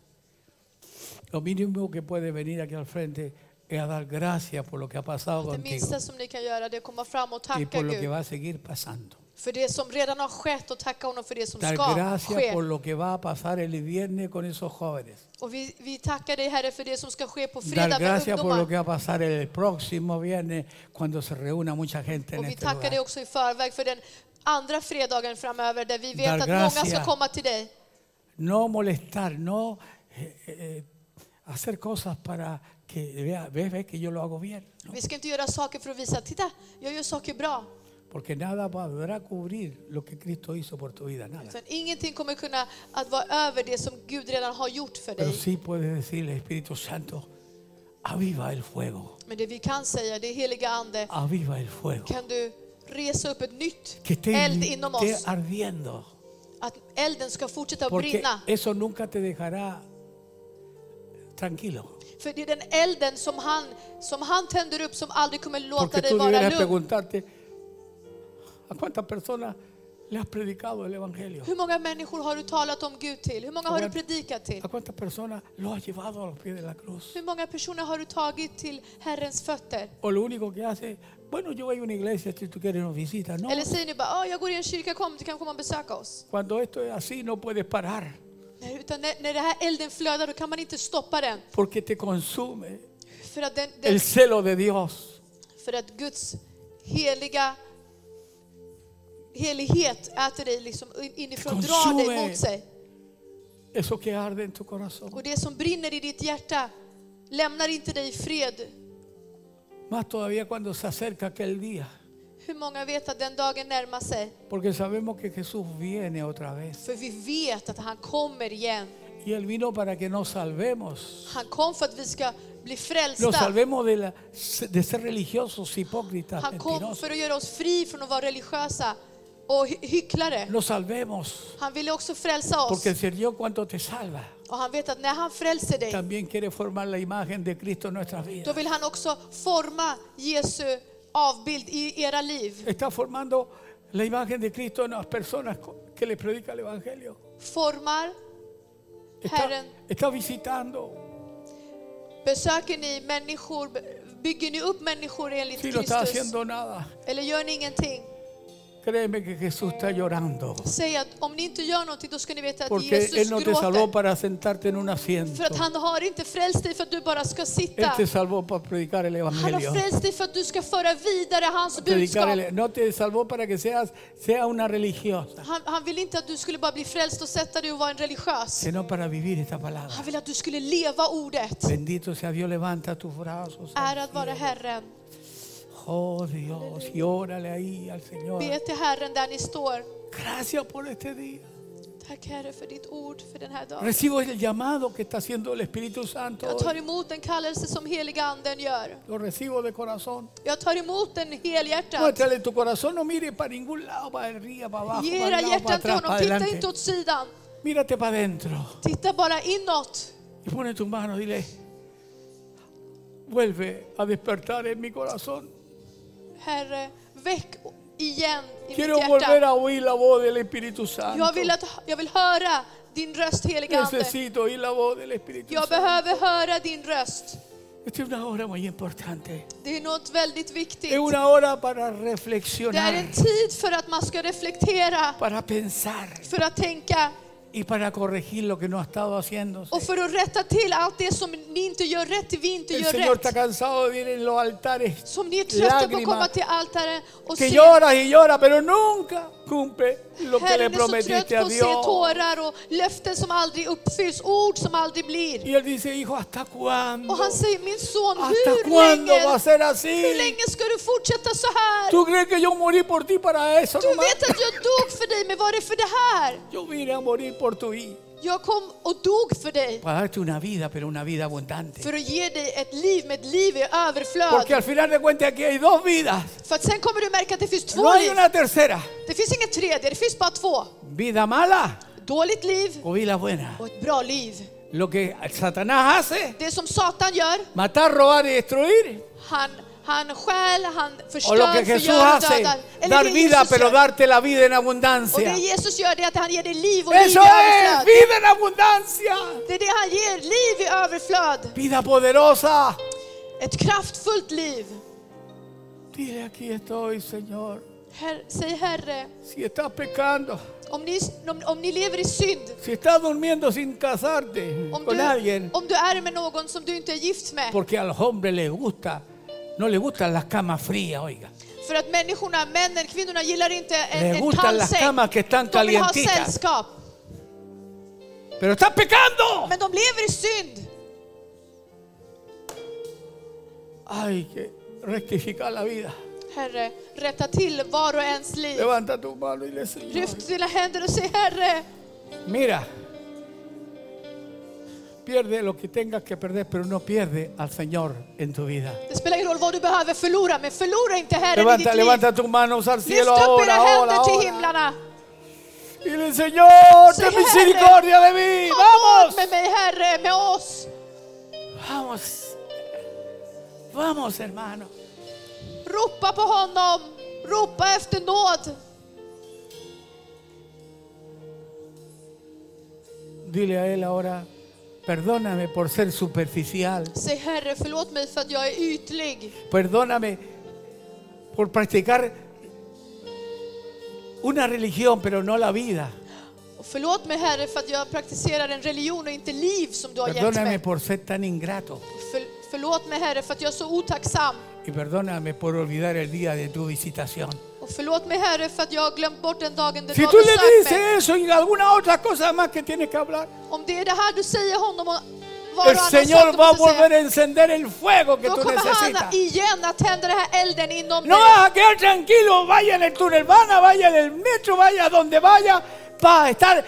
S2: Lo mínimo que puede venir aquí al frente es a dar gracias por lo que ha pasado
S1: det
S2: contigo
S1: minsta som ni kan göra det är att komma fram och
S2: y
S1: tacka
S2: por lo que
S1: Gud
S2: va a seguir pasando.
S1: för det som redan har skett och tacka honom för det som
S2: Dar
S1: ska
S2: gracias
S1: ske.
S2: por lo que va a pasar el viernes con esos jóvenes.
S1: Och vi, vi tackar dig Herre för det som ska ske på fredag
S2: Dar
S1: med
S2: gracias por lo
S1: ungdomar.
S2: que va a pasar el próximo viernes cuando se reúna mucha gente en
S1: Och vi
S2: este
S1: tackar dig
S2: lugar.
S1: också i förväg för den andra fredagen framöver där vi vet
S2: Dar
S1: att många
S2: gracias.
S1: ska komma till dig.
S2: No molestar, no eh, eh, hacer cosas para que vea, ves, ves que yo lo hago bien. ¿no?
S1: Vi ska inte göra saker för att visa, titta, jag gör saker bra.
S2: Porque nada podrá cubrir lo que Cristo hizo por tu vida, nada.
S1: Utan ingenting kommer kunna att vara över det som Gud redan har gjort för
S2: Pero
S1: dig.
S2: sí puedes decirle, Espíritu Santo, aviva el fuego,
S1: Men det vi kan säga, det är heliga Ande,
S2: aviva el fuego.
S1: kan du resa upp ett nytt
S2: Que esté,
S1: eld inom
S2: esté
S1: oss.
S2: ardiendo.
S1: Att elden ska fortsätta att
S2: Porque
S1: brinna.
S2: eso nunca te dejará tranquilo.
S1: För det är den elden som han, som han tänder upp som aldrig kommer låta
S2: Porque
S1: dig
S2: tú
S1: vara
S2: deberías
S1: lugn.
S2: preguntarte a cuántas personas le has predicado el Evangelio.
S1: Hur många människor har du talat om Gud till? Hur många har du
S2: Frågan-
S1: predikat till?
S2: ¿A cuántas personas lo has llevado a los pies de la cruz?
S1: Hur många personer har du tagit till Herrens fötter?
S2: O lo único que hace, bueno, yo voy a una iglesia, si tú quieres nos visitas. No,
S1: Eller säger ni bara, "Ah, jag går i en kyrka, kom, du kan komma och besöka oss.
S2: cuando esto es así no puedes parar,
S1: Nej, utan när, när den här elden flödar, då kan man inte stoppa den.
S2: porque te consume
S1: För att, den, den,
S2: el celo de Dios.
S1: för att Guds heliga helighet äter dig liksom in- inifrån, drar dig
S2: Consume.
S1: mot sig.
S2: Eso que arde en tu corazón.
S1: Och det som brinner i ditt hjärta lämnar inte dig i fred.
S2: Más todavía cuando se acerca aquel día,
S1: Hur många vet att den dagen närmar sig?
S2: porque sabemos que Jesús viene otra vez.
S1: För vi vet att han kommer igen.
S2: Y Él vino para que nos salvemos.
S1: Han kom för att vi ska bli
S2: Nos
S1: frälsta.
S2: salvemos de, la- de ser religiosos, hipócritas,
S1: Han kom
S2: mentirosos.
S1: för att göra oss fri från att vara religiösa och hy- hycklare.
S2: Nos salvemos,
S1: Han ville också frälsa oss.
S2: porque el Señor cuando te salva,
S1: Och han vet att när han frälser dig,
S2: también quiere formar la imagen de Cristo en nuestras
S1: då
S2: vidas.
S1: vill han också forma Jesu avbild i era liv.
S2: Está formando la imagen de Cristo en las personas co- que les predica el Evangelio.
S1: Formar
S2: Está,
S1: Herren.
S2: está visitando,
S1: Besöker ni människor? Bygger ni upp människor enligt
S2: si no está
S1: Kristus?
S2: haciendo nada,
S1: Eller gör ni ingenting?
S2: créeme que Jesús está llorando.
S1: Säg att om ni inte gör någonting, då ska ni veta att
S2: Porque Él
S1: Jesus
S2: no te salvó
S1: gråter.
S2: para sentarte en un asiento.
S1: För att han har inte frälst dig för att du bara ska
S2: Él
S1: sitta.
S2: te salvó para predicar el
S1: Han
S2: Evangelio.
S1: har frälst dig för att du ska föra vidare hans budskap.
S2: Predicar el- no te salvó para que seas sea una religiosa,
S1: Han, han vill inte att du skulle bara bli frälst och sätta dig och vara en religiös.
S2: sino para vivir esta palabra.
S1: Han vill att du skulle leva ordet.
S2: Bendito sea Dios, levanta tus brazos. al
S1: Ärad vare
S2: cielo.
S1: Herren.
S2: Oh Dios, y órale ahí al Señor.
S1: Be till Herren där ni står.
S2: Gracias por este día.
S1: Tack Herre för ditt ord för den här dagen.
S2: Recibo el llamado que está haciendo el Espíritu Santo.
S1: Jag
S2: hoy.
S1: tar emot den kallelse som heliga anden gör.
S2: Lo recibo de corazón.
S1: Jag tar emot den helhjärtat.
S2: Muéstrale tu corazón, no mire para ningún lado, para arriba, para abajo,
S1: Ge
S2: para,
S1: era
S2: el lado, para
S1: hjärtan till
S2: atrás, para
S1: honom. Titta inte
S2: adelante.
S1: åt sidan.
S2: Mírate para adentro.
S1: Titta bara inåt.
S2: Y pone tu mano, dile, vuelve a despertar en mi corazón.
S1: Herre, väck igen i
S2: Quiero
S1: mitt
S2: volver
S1: hjärta.
S2: a oír la voz del Espíritu Santo.
S1: Jag vill, att, jag vill höra din röst heliga Ande.
S2: Necesito oír la voz del Espíritu
S1: Jag
S2: Santo.
S1: behöver höra din röst.
S2: Esta es una hora muy importante.
S1: Det är något väldigt
S2: Es
S1: viktigt.
S2: una hora para
S1: Det är
S2: reflexionar,
S1: en tid för att man ska reflektera,
S2: para pensar
S1: för att tänka
S2: y para corregir lo que no ha estado haciendo.
S1: och för att rätta till allt det som ni inte gör rätt, det vi inte
S2: El
S1: gör
S2: Señor está
S1: rätt.
S2: cansado de venir en los altares
S1: Som ni är trötta på att
S2: Lágrimas.
S1: komma till altaren och
S2: que
S1: se.
S2: lloras y lloras, pero nunca cumple lo que le
S1: Herren är så trött
S2: prometiste
S1: på
S2: a
S1: att se
S2: Dios.
S1: tårar och löften som aldrig uppfylls, ord som aldrig blir.
S2: Y él dice, hijo, ¿hasta cuándo?
S1: Och han säger, min son,
S2: ¿Hasta
S1: hur
S2: cuándo va a
S1: länge,
S2: ser
S1: hur
S2: así?
S1: länge ska du fortsätta så här?
S2: ¿Tú crees que yo morí por ti para eso?
S1: Du
S2: nomás?
S1: vet att jag dog för dig, men var det för det här?
S2: Yo vine a morir por tu vida.
S1: Jag kom och dog för dig.
S2: Para darte una vida, pero una vida abundante.
S1: för att ge dig ett liv med ett liv i överflöd.
S2: Porque al final de cuentas aquí hay dos vidas.
S1: För att sen kommer du märka att det finns
S2: No
S1: två
S2: hay
S1: liv.
S2: una tercera.
S1: Det finns inget tredje, det finns bara två.
S2: Vida mala
S1: Dåligt liv
S2: o vida buena.
S1: och ett bra liv.
S2: Lo que Satanás hace,
S1: Det som Satan gör,
S2: matar, robar y destruir.
S1: han, han stjäl, han
S2: O lo
S1: förstör,
S2: que Jesús
S1: förgör och
S2: hace,
S1: dödar. Eller
S2: dar
S1: det
S2: vida,
S1: Jesus
S2: pero
S1: gör.
S2: darte la vida en
S1: Och
S2: abundancia.
S1: det Jesus gör det är att han ger dig liv och liv i
S2: Eso es
S1: överflöd.
S2: vida en abundancia.
S1: Det är det han ger, liv i överflöd.
S2: Vida poderosa.
S1: Ett kraftfullt liv.
S2: Dile aquí estoy, Señor.
S1: Herr, säg Herre,
S2: Si estás pecando,
S1: om ni, om, om ni lever i synd,
S2: si estás durmiendo sin casarte
S1: om
S2: con
S1: du,
S2: alguien,
S1: om du är med någon som du inte är gift med,
S2: porque a los hombres les gusta, no les gustan las camas frías, oiga.
S1: För att människorna, männen, kvinnorna gillar inte en,
S2: Les
S1: en
S2: gustan
S1: kall
S2: las
S1: säng.
S2: camas que están
S1: De vill ha
S2: calientitas.
S1: sällskap.
S2: Pero estás pecando.
S1: Men de lever i synd.
S2: Hay que rectificar la vida.
S1: Herre, rätta till var och ens liv.
S2: Levanta tu mano y le Señor.
S1: Lyft dina händer och säg Herre,
S2: Mira, Pierde lo que tengas que perder, pero no pierde al Señor en tu vida.
S1: Det spelar ingen roll vad du behöver förlora, men förlora inte Herren i
S2: Levanta,
S1: ditt liv.
S2: levanta tus manos al
S1: Lyft
S2: cielo
S1: upp era
S2: ahora, ahora,
S1: händer till
S2: ahora.
S1: himlarna.
S2: Y el Señor,
S1: Señor,
S2: ten misericordia de mí.
S1: Kom
S2: Vamos,
S1: åt med mig Herre, med oss.
S2: vamos, vamos, hermano.
S1: Ropa på honom. Ropa efter nåd.
S2: Dile a él ahora, perdóname por ser superficial.
S1: Säg Herre, förlåt mig för att jag är ytlig.
S2: Perdóname por practicar una religión, pero no la vida.
S1: Och förlåt mig Herre för att jag praktiserar en religion och inte liv som du har gett
S2: Perdóname
S1: mig.
S2: por ser tan ingrato.
S1: För, förlåt mig Herre för att jag är så otacksam.
S2: Y perdóname por olvidar el día de tu visitación.
S1: Och förlåt mig Herre för att jag har glömt bort den dagen den
S2: Si
S1: du har
S2: tú le
S1: besökt
S2: dices
S1: mig.
S2: eso y alguna otra cosa más que tienes que hablar,
S1: Om det är det här du säger honom och var och
S2: el
S1: annan sak du
S2: Señor va a
S1: måste säga,
S2: volver a encender el fuego que
S1: Då
S2: tú
S1: kommer han
S2: necesitas.
S1: igen att tända den här elden inom
S2: No
S1: dig.
S2: vas a quedar tranquilo, vaya en el túnel vana, vaya en el metro, vaya donde vaya, va a estar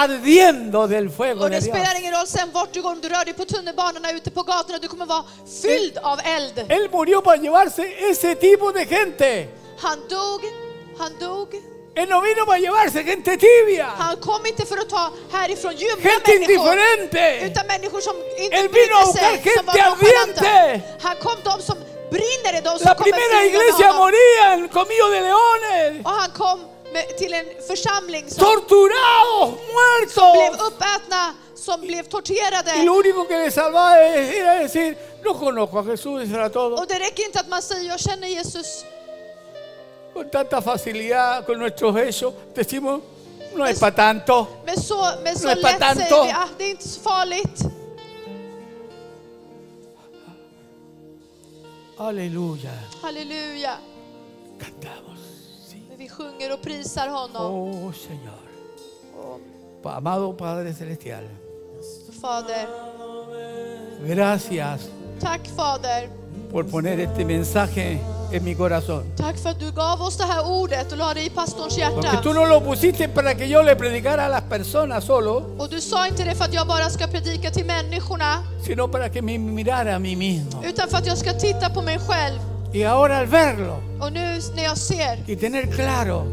S2: ardiendo del fuego
S1: Och
S2: de
S1: det
S2: Dios.
S1: spelar ingen roll sen vart du går, om du rör dig på tunnelbanorna, ute på gatorna, du kommer vara fylld av eld.
S2: Él murió para llevarse ese tipo de gente.
S1: Han dog, han dog.
S2: Él no vino para llevarse gente tibia,
S1: Han kom inte för att ta härifrån ljumma
S2: gente
S1: människor,
S2: indiferente.
S1: utan människor som inte
S2: Él vino a
S1: brydde
S2: buscar
S1: sig, som var
S2: gente
S1: nonchalanta.
S2: ardiente.
S1: Han kom de som brinner, de som
S2: La
S1: kommer
S2: primera
S1: från
S2: iglesia
S1: honom.
S2: moría en comillo de leones,
S1: Och han kom med, till en församling som
S2: torturados,
S1: blev
S2: muertos.
S1: uppätna, som blev
S2: Y lo
S1: torterade.
S2: único que le salvaba era decir, no conozco a Jesús, eso era todo.
S1: Och det räcker inte att man säger jag känner Jesus.
S2: Con tanta facilidad, con nuestros hechos, decimos, no es para tanto.
S1: Men så, men så
S2: Nej,
S1: lätt
S2: Patanto.
S1: säger vi, ah, det är inte så farligt.
S2: Aleluya.
S1: Halleluja.
S2: Cantamos. sí.
S1: Men vi sjunger och prisar honom.
S2: Oh Señor.
S1: Och
S2: Pa- Amado Padre Celestial,
S1: Fader,
S2: gracias
S1: tack Fader.
S2: por poner este mensaje en mi corazón.
S1: Tack för att du gav oss det här ordet och la det i pastorns
S2: Porque tú
S1: hjärta.
S2: no lo pusiste para que yo le predicara a las personas solo,
S1: Och du sa inte det för att jag bara ska predika till människorna,
S2: sino para que me mirara a mí mismo.
S1: utan för att jag ska titta på mig själv.
S2: Y ahora al verlo
S1: Och nu när jag ser,
S2: y tener claro,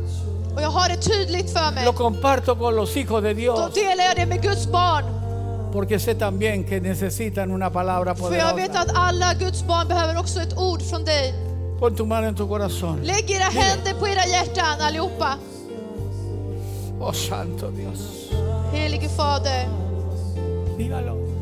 S1: och jag har det tydligt för mig,
S2: lo comparto con los hijos de
S1: då
S2: Dios,
S1: delar jag det med Guds barn.
S2: porque sé también que necesitan una palabra
S1: För jag vet
S2: poderosa.
S1: att alla Guds barn behöver också ett ord från dig.
S2: Pon tu mano en tu corazón.
S1: Lägg era händer på era hjärtan allihopa.
S2: Oh Santo Dios.
S1: Helige Fader,
S2: Dígalo.